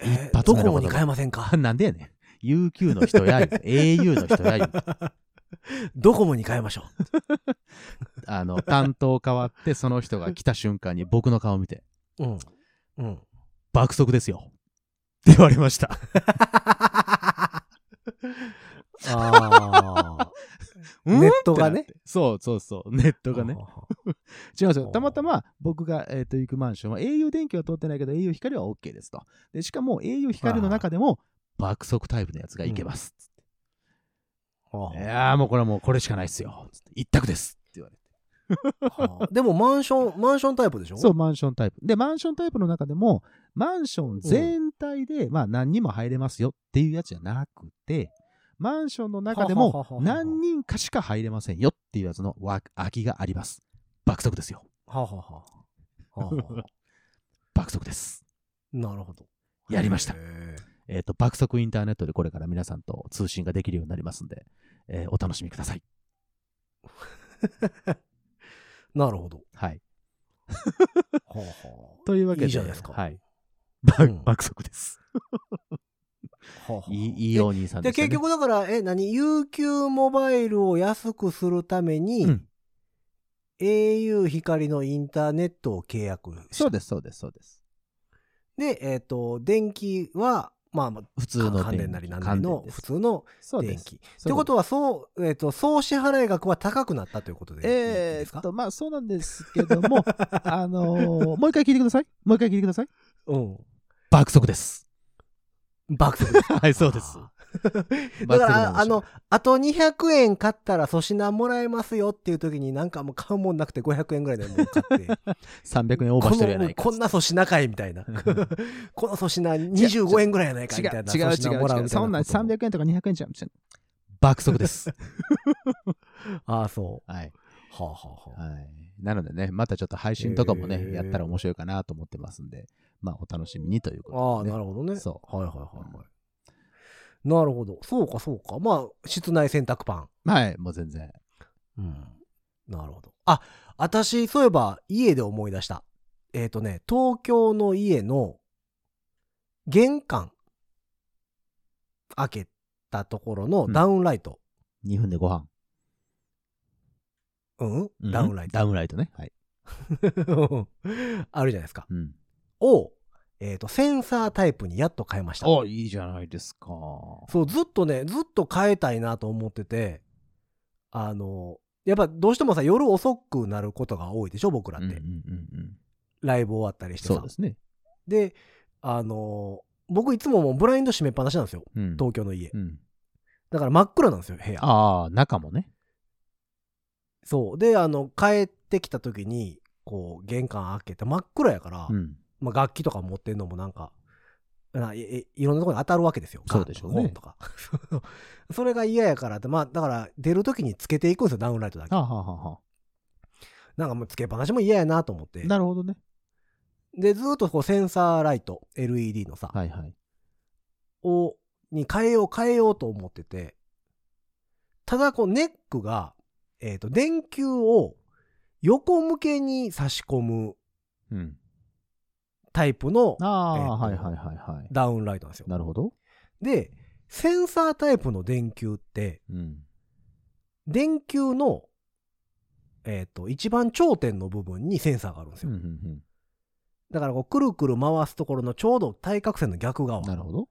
[SPEAKER 2] え
[SPEAKER 3] 一
[SPEAKER 2] ー
[SPEAKER 3] 発
[SPEAKER 2] ド
[SPEAKER 3] 目
[SPEAKER 2] コ
[SPEAKER 3] の
[SPEAKER 2] モ
[SPEAKER 3] こと
[SPEAKER 2] に
[SPEAKER 3] だ
[SPEAKER 2] 変えませんか
[SPEAKER 3] なんでやねん。UQ の人や言うて、au の人や言うて
[SPEAKER 2] ドコモに変えましょう。
[SPEAKER 3] あの、担当変わって、その人が来た瞬間に僕の顔を見て、
[SPEAKER 2] うん。 うん。
[SPEAKER 3] 爆速ですよ。って言われました。
[SPEAKER 2] ああ。
[SPEAKER 3] うん
[SPEAKER 2] ネットがね
[SPEAKER 3] ってなってそうそうそうネットがね
[SPEAKER 2] ははは
[SPEAKER 3] 違うんですよ。たまたま僕が、えーと行くマンションは au 電気は通ってないけど au 光は OK ですと。でしかも au 光の中でも爆速タイプのやつが行けます。つって
[SPEAKER 2] はあ
[SPEAKER 3] いやーもうこれはもうこれしかないっすよ。つって一択です。って言われて。
[SPEAKER 2] はあでもマンション、マンションタイプでしょ
[SPEAKER 3] そう、マンションタイプ。で、マンションタイプの中でも、マンション全体で、まあ何人も入れますよっていうやつじゃなくて、マンションの中で
[SPEAKER 2] はははは
[SPEAKER 3] も
[SPEAKER 2] は
[SPEAKER 3] 何人かしか入れませんよっていうやつのわ空きがあります。爆速ですよ。
[SPEAKER 2] はあはあはあはあ はあ
[SPEAKER 3] 爆速です。
[SPEAKER 2] なるほど。
[SPEAKER 3] やりました
[SPEAKER 2] へえ
[SPEAKER 3] えっ、と、爆速インターネットでこれから皆さんと通信ができるようになりますんで、えーお楽しみください。
[SPEAKER 2] なるほど。
[SPEAKER 3] はい。
[SPEAKER 2] はあはあ
[SPEAKER 3] というわけで、
[SPEAKER 2] いいじゃないですか
[SPEAKER 3] はい。ば
[SPEAKER 2] うん
[SPEAKER 3] 爆速です。
[SPEAKER 2] はあはあ
[SPEAKER 3] いい、いいお兄さん
[SPEAKER 2] で
[SPEAKER 3] でした、
[SPEAKER 2] 結
[SPEAKER 3] ね。
[SPEAKER 2] 局だから、え、何 ?UQ モバイルを安くするために、
[SPEAKER 3] うん
[SPEAKER 2] au 光のインターネットを契約した。
[SPEAKER 3] そうです、そうです、そうです。
[SPEAKER 2] で、えっ、と、電気は、まあまあ、
[SPEAKER 3] 普通の電気
[SPEAKER 2] 関連なりなんなり
[SPEAKER 3] 乾電
[SPEAKER 2] の
[SPEAKER 3] です
[SPEAKER 2] 普通の
[SPEAKER 3] そう
[SPEAKER 2] 電
[SPEAKER 3] で
[SPEAKER 2] 気。
[SPEAKER 3] す。
[SPEAKER 2] ということは、そう、えっ、と、総支払い額は高くなったということでいい
[SPEAKER 3] え
[SPEAKER 2] です
[SPEAKER 3] ー、っ
[SPEAKER 2] か、
[SPEAKER 3] と、まあそうなんですけど も、あのーもう一回聞いてください。もう一回聞いてください。
[SPEAKER 2] うん。
[SPEAKER 3] 爆速です。
[SPEAKER 2] 爆速です
[SPEAKER 3] はい、そうです。
[SPEAKER 2] あ
[SPEAKER 3] 爆速
[SPEAKER 2] ーだか
[SPEAKER 3] なんで
[SPEAKER 2] ら、
[SPEAKER 3] す
[SPEAKER 2] あの、あと200円買ったら粗品もらえますよっていう時になんかもう買うもんなくて500円ぐらいでもう買 って。
[SPEAKER 3] 300円オーバーしてるやないか。
[SPEAKER 2] このこんな粗品かいみたいな。 この粗品25円ぐらいやないか
[SPEAKER 3] 違
[SPEAKER 2] み
[SPEAKER 3] う
[SPEAKER 2] たいな。
[SPEAKER 3] 違う
[SPEAKER 2] 粗品
[SPEAKER 3] 違
[SPEAKER 2] もら
[SPEAKER 3] う違う。
[SPEAKER 2] みたい
[SPEAKER 3] そんな
[SPEAKER 2] こと
[SPEAKER 3] 300円とか200円じゃん。爆速です。
[SPEAKER 2] ああ、そう。
[SPEAKER 3] はい。
[SPEAKER 2] はあ、はあはあ、
[SPEAKER 3] はい。なのでね、またちょっと配信とかもね、
[SPEAKER 2] へー
[SPEAKER 3] やったら面白いかなと思ってますんで、まあ、お楽しみにという
[SPEAKER 2] あ
[SPEAKER 3] こ
[SPEAKER 2] あ、
[SPEAKER 3] とで、ね。
[SPEAKER 2] なるほどね。
[SPEAKER 3] そ
[SPEAKER 2] はいはいはいはい。なるほど。そうかそうか。まあ、室内洗濯パ
[SPEAKER 3] う。はい、もう全然。
[SPEAKER 2] ン。うん。なるほど。あ、私、そういえば家で思い出した。えっ、とね、東京の家の玄関開けたところのダウンライト。
[SPEAKER 3] 2分でご飯。
[SPEAKER 2] うん、
[SPEAKER 3] うん
[SPEAKER 2] ダウンライト。
[SPEAKER 3] ダウンライトね。はい。
[SPEAKER 2] あるじゃないですか。
[SPEAKER 3] うん。
[SPEAKER 2] を、えっ、と、センサータイプにやっと変えました。
[SPEAKER 3] おいいじゃないですか。
[SPEAKER 2] そう、ずっとね、ずっと変えたいなと思ってて、あの、やっぱどうしてもさ、夜遅くなることが多いでしょ、僕ら
[SPEAKER 3] う
[SPEAKER 2] っ
[SPEAKER 3] ん
[SPEAKER 2] て。
[SPEAKER 3] うんうんうん。
[SPEAKER 2] ライブ終わったりして
[SPEAKER 3] そう
[SPEAKER 2] さ
[SPEAKER 3] で。すね。
[SPEAKER 2] であの、僕いつももうブラインド閉めっぱなしなんですよ。
[SPEAKER 3] うん。
[SPEAKER 2] 東京の家。
[SPEAKER 3] うん、
[SPEAKER 2] だから真っ暗なんですよ、部屋。
[SPEAKER 3] ああ、中もね。
[SPEAKER 2] そう。で、あの、帰ってきた時に、こう、玄関開けて真っ暗やから、
[SPEAKER 3] うん。
[SPEAKER 2] まあ、楽器とか持ってんのもなんか、ないえいろんなところに当たるわけですよ。
[SPEAKER 3] そうでしょうね
[SPEAKER 2] ガーンとか ゴンとか。 それが嫌やからって、まあ、だから出るときにつけていくんですよ、ダウンライトだけ
[SPEAKER 3] あ。あはあはあは
[SPEAKER 2] なんかもうつけっぱなしも嫌やなと思って
[SPEAKER 3] あ。。なるほどね。
[SPEAKER 2] で、ずーっとこうセンサーライト、LED のさ、
[SPEAKER 3] はいはい。
[SPEAKER 2] を、に変えよう変えようと思ってて、ただこうネックが、えっ、と、電球を横向けに差し込む
[SPEAKER 3] うん。
[SPEAKER 2] タイプの
[SPEAKER 3] ああ、
[SPEAKER 2] えっと
[SPEAKER 3] はいはいはいはい。
[SPEAKER 2] ダウンライトなんですよ。
[SPEAKER 3] なるほど。
[SPEAKER 2] で、センサータイプの電球って、
[SPEAKER 3] うん。
[SPEAKER 2] 電球の、えっ、と、一番頂点の部分にセンサーがあるんです
[SPEAKER 3] うん
[SPEAKER 2] よ。
[SPEAKER 3] うん
[SPEAKER 2] だからこう、くるくる回すところのちょうど対角線の逆側
[SPEAKER 3] うん。なるほど。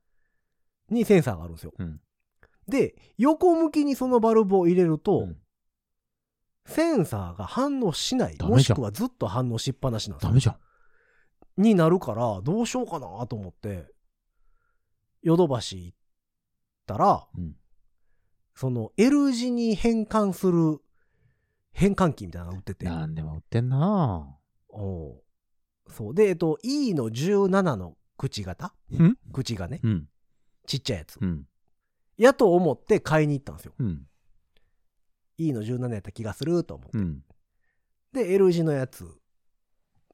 [SPEAKER 2] にセンサーがあるんですよ。
[SPEAKER 3] うん。
[SPEAKER 2] で、横向きにそのバルブを入れると、
[SPEAKER 3] うん
[SPEAKER 2] センサーが反応しない、
[SPEAKER 3] ダメじゃん
[SPEAKER 2] もしくはずっと反応しっぱなしなんです
[SPEAKER 3] ダ
[SPEAKER 2] よ
[SPEAKER 3] メじゃん。
[SPEAKER 2] になるから、どうしようかなと思って、ヨドバシ行ったら、
[SPEAKER 3] うん
[SPEAKER 2] その L 字に変換する変換器みたいなのが売ってて。
[SPEAKER 3] なんでも売ってんな
[SPEAKER 2] おうそう。で、えっと、E の17の口型
[SPEAKER 3] うん
[SPEAKER 2] 口がね、
[SPEAKER 3] うん。
[SPEAKER 2] ちっちゃいやつ。
[SPEAKER 3] うん。
[SPEAKER 2] やと思って買いに行ったんですよ。
[SPEAKER 3] うん。
[SPEAKER 2] E の17やった気がすると思って
[SPEAKER 3] うん。
[SPEAKER 2] で、L 字のやつ。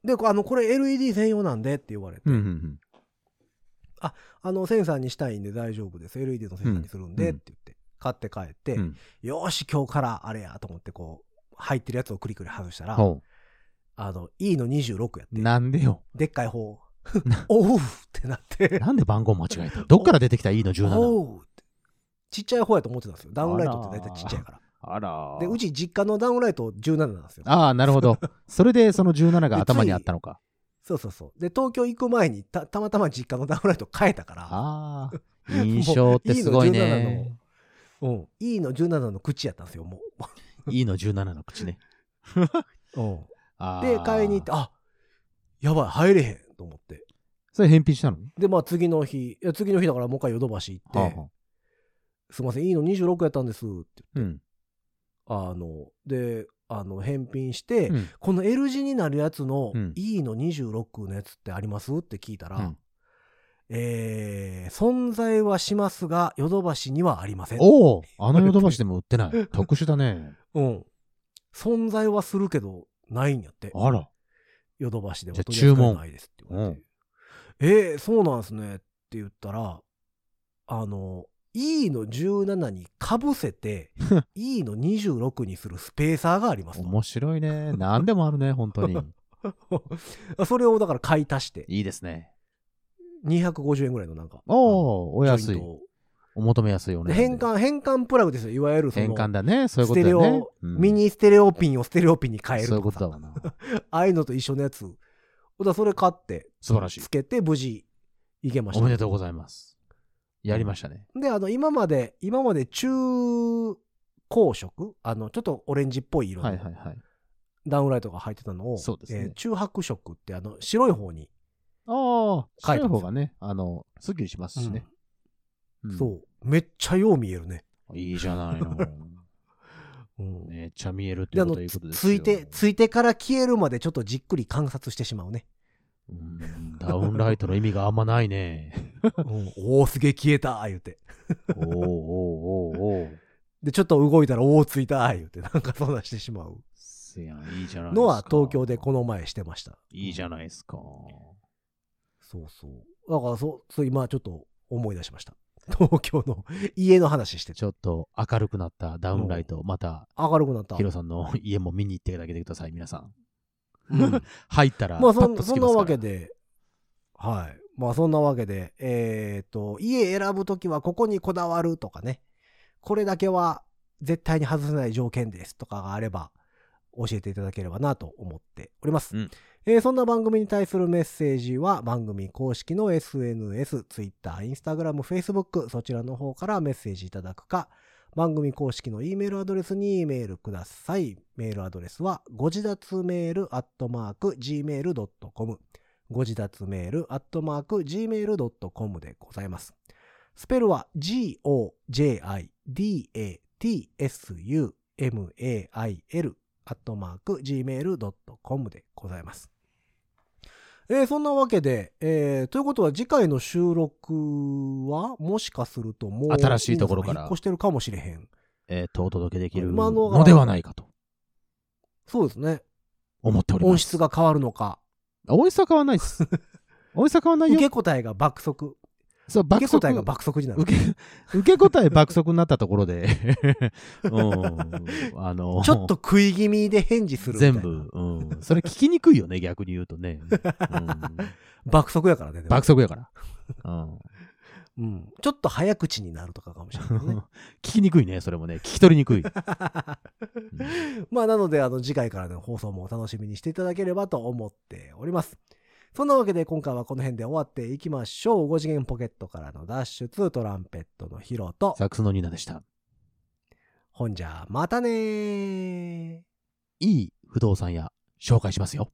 [SPEAKER 2] で、こあの、これ LED 専用なんでって言われて、
[SPEAKER 3] うん。うん。
[SPEAKER 2] あの、センサーにしたいんで大丈夫です。LED のセンサーにするんでって言って、買って帰って、
[SPEAKER 3] うん。
[SPEAKER 2] よーし、今日からあれやと思って、こう、入ってるやつをクリクリ外したら、
[SPEAKER 3] ほ
[SPEAKER 2] あの、E の26やっ
[SPEAKER 3] う。
[SPEAKER 2] て、
[SPEAKER 3] なんでよ。
[SPEAKER 2] でっかい方、 おうってなって、
[SPEAKER 3] なんで番号間違えたどっから出てきた E の17。
[SPEAKER 2] おうって。ちっちゃい方やと思ってたんですよ。ダウンライトって大体ちっちゃいから。
[SPEAKER 3] あら
[SPEAKER 2] で、うち実家のダウンライト17なんですよ。
[SPEAKER 3] ああ、なるほど。それでその17が頭にあったのか。
[SPEAKER 2] そうそうそう。で、東京行く前にた、たまたま実家のダウンライト変えたから、
[SPEAKER 3] ああ。印象ってすごい
[SPEAKER 2] もういいの
[SPEAKER 3] ね。
[SPEAKER 2] うん。E の17の口やったんですよ、も
[SPEAKER 3] E の17の 口ね。
[SPEAKER 2] う。うん。
[SPEAKER 3] あー
[SPEAKER 2] で、買いに行って、あやばい、入れへんと思って。
[SPEAKER 3] それ返品したの
[SPEAKER 2] で、まあ次の日、いや次の日だからもう一回ヨドバシ行って、
[SPEAKER 3] はあはあ
[SPEAKER 2] すいません、E の26やったんですって。
[SPEAKER 3] うん。
[SPEAKER 2] あの、で、あの、返品して、
[SPEAKER 3] うん
[SPEAKER 2] この L 字になるやつの
[SPEAKER 3] うん
[SPEAKER 2] E の26のやつってありますって聞いたら、
[SPEAKER 3] うん
[SPEAKER 2] えー、存在はしますが、ヨドバシにはありません。
[SPEAKER 3] おおあのヨドバシでも売ってない。特殊だ ね。
[SPEAKER 2] うん。存在はするけど、ないんやって。
[SPEAKER 3] あら。
[SPEAKER 2] ヨドバシでは
[SPEAKER 3] じゃあ
[SPEAKER 2] 取り扱いないですって言われて。えー、そうなんすねって言ったら、あの、E の17にかぶせ て、E の26にするスペーサーがありますと。
[SPEAKER 3] 面白いね。何でもあるね、本当に。
[SPEAKER 2] それをだから買い足して、
[SPEAKER 3] いいですね。
[SPEAKER 2] 250円ぐらいのなんか。
[SPEAKER 3] おおお
[SPEAKER 2] お
[SPEAKER 3] 安い。お求めやすいお値
[SPEAKER 2] 変
[SPEAKER 3] 段で
[SPEAKER 2] 換、変換プラグですよ。いわゆるそ
[SPEAKER 3] 変
[SPEAKER 2] の、
[SPEAKER 3] 換だね。そういうことだよ
[SPEAKER 2] ステレ
[SPEAKER 3] ね
[SPEAKER 2] オ。
[SPEAKER 3] うん
[SPEAKER 2] ミニステレオピンをステレオピンに変える
[SPEAKER 3] そうい
[SPEAKER 2] と
[SPEAKER 3] う
[SPEAKER 2] か
[SPEAKER 3] こと
[SPEAKER 2] さ
[SPEAKER 3] だわな。
[SPEAKER 2] ああいうのと一緒のやつ。ほんだらそれ買って、
[SPEAKER 3] 素晴 らしい
[SPEAKER 2] つ。けて無事行けまし
[SPEAKER 3] お
[SPEAKER 2] た。
[SPEAKER 3] めでとうございます。やりましたね。
[SPEAKER 2] で、あの、今まで、今まで中高色あの、ちょっとオレンジっぽい色
[SPEAKER 3] はい
[SPEAKER 2] の
[SPEAKER 3] はいはい。
[SPEAKER 2] ダウンライトが入ってたのを、
[SPEAKER 3] そうです
[SPEAKER 2] え
[SPEAKER 3] ね
[SPEAKER 2] ー中白色って、あの、白い方に、
[SPEAKER 3] ああ、
[SPEAKER 2] 書
[SPEAKER 3] 白
[SPEAKER 2] い
[SPEAKER 3] い
[SPEAKER 2] てます
[SPEAKER 3] 方がね、あの、すっきりしますしね。うん
[SPEAKER 2] そう、めっちゃよう見えるね。
[SPEAKER 3] いいじゃないの。
[SPEAKER 2] うん
[SPEAKER 3] めっちゃ見えるって
[SPEAKER 2] で、
[SPEAKER 3] い
[SPEAKER 2] あ
[SPEAKER 3] う
[SPEAKER 2] の
[SPEAKER 3] ことはいいこと、です
[SPEAKER 2] つ
[SPEAKER 3] よ
[SPEAKER 2] いて、ついてから消えるまでちょっとじっくり観察してしまうね。
[SPEAKER 3] うんダウンライトの意味があんまな いね。
[SPEAKER 2] うんおお、すげえ消えた言うて。
[SPEAKER 3] おうおうおうおう
[SPEAKER 2] で、ちょっと動いたら、おお、ついた言うて、なんかそんなんしてしまう
[SPEAKER 3] せやん、いいじゃないですか。
[SPEAKER 2] のは、東京でこの前してました。
[SPEAKER 3] いいじ
[SPEAKER 2] ゃん。
[SPEAKER 3] ゃないですか。
[SPEAKER 2] そうそう。だから、そう、そう今ちょっと思い出しました。東京の家の話してて
[SPEAKER 3] ちょっと明るくなったダウンライト、また、
[SPEAKER 2] 明るくなった。
[SPEAKER 3] ヒロさんの家も見に行ってあげてください、皆さん。
[SPEAKER 2] うん
[SPEAKER 3] 入ったら、
[SPEAKER 2] まあ
[SPEAKER 3] パ
[SPEAKER 2] そ
[SPEAKER 3] ッ
[SPEAKER 2] ん
[SPEAKER 3] とつ
[SPEAKER 2] そ
[SPEAKER 3] き
[SPEAKER 2] ん
[SPEAKER 3] ま
[SPEAKER 2] な
[SPEAKER 3] すか
[SPEAKER 2] わけ
[SPEAKER 3] ら
[SPEAKER 2] で、はい。まあそんなわけで、えっ、と、家選ぶときはここにこだわるとかね、これだけは絶対に外せない条件ですとかがあれば、教えていただければなと思っております、
[SPEAKER 3] うん
[SPEAKER 2] えーそんな番組に対するメッセージは番組公式の SNS、Twitter、Instagram、Facebook そちらの方からメッセージいただくか番組公式の E メールアドレスにメールください。メールアドレスはご自立メールアットマーク Gmail.com ご自立メールアットマーク Gmail.com でございます。スペルは G-O-J-I-D-A-T-S-U-M-A-I-L アットマーク Gmail.com でございます。えーそんなわけで、えーということは次回の収録はもしかするともう
[SPEAKER 3] 新しいところから
[SPEAKER 2] 皆さん引っ越してるかもしれへん。
[SPEAKER 3] えーと、お届けできる
[SPEAKER 2] まああの
[SPEAKER 3] のではないかと
[SPEAKER 2] そうですね。
[SPEAKER 3] 思っております。
[SPEAKER 2] 音質が変わるのか。
[SPEAKER 3] あ。音質は変わんない です。音質は変わんない
[SPEAKER 2] 受
[SPEAKER 3] よ。
[SPEAKER 2] け答えが爆速。
[SPEAKER 3] そう、
[SPEAKER 2] 受
[SPEAKER 3] 爆
[SPEAKER 2] け
[SPEAKER 3] 速
[SPEAKER 2] 答えが爆速になる。
[SPEAKER 3] 受け、受け答え爆速になったところで、 うん、あの、
[SPEAKER 2] ちょっと食い気味で返事するみたい
[SPEAKER 3] 全
[SPEAKER 2] な。
[SPEAKER 3] 部、うん、それ聞きにくいよね、逆に言うとね。うん、
[SPEAKER 2] 爆速やからね。でも
[SPEAKER 3] 爆速やから。うん
[SPEAKER 2] うん。ちょっと早口になるとかかもしれないね。
[SPEAKER 3] 聞きにくいね、それもね。聞き取りにくい。
[SPEAKER 2] まあ、なので、あの、次回からの放送もお楽しみにしていただければと思っております。そんなわけで、今回はこの辺で終わっていきましょう。5次元ポケットからの脱出、トランペットのヒロと、
[SPEAKER 3] サックスのニーナでした。
[SPEAKER 2] ほんじゃ、またねー。
[SPEAKER 3] いい不動産屋、紹介しますよ。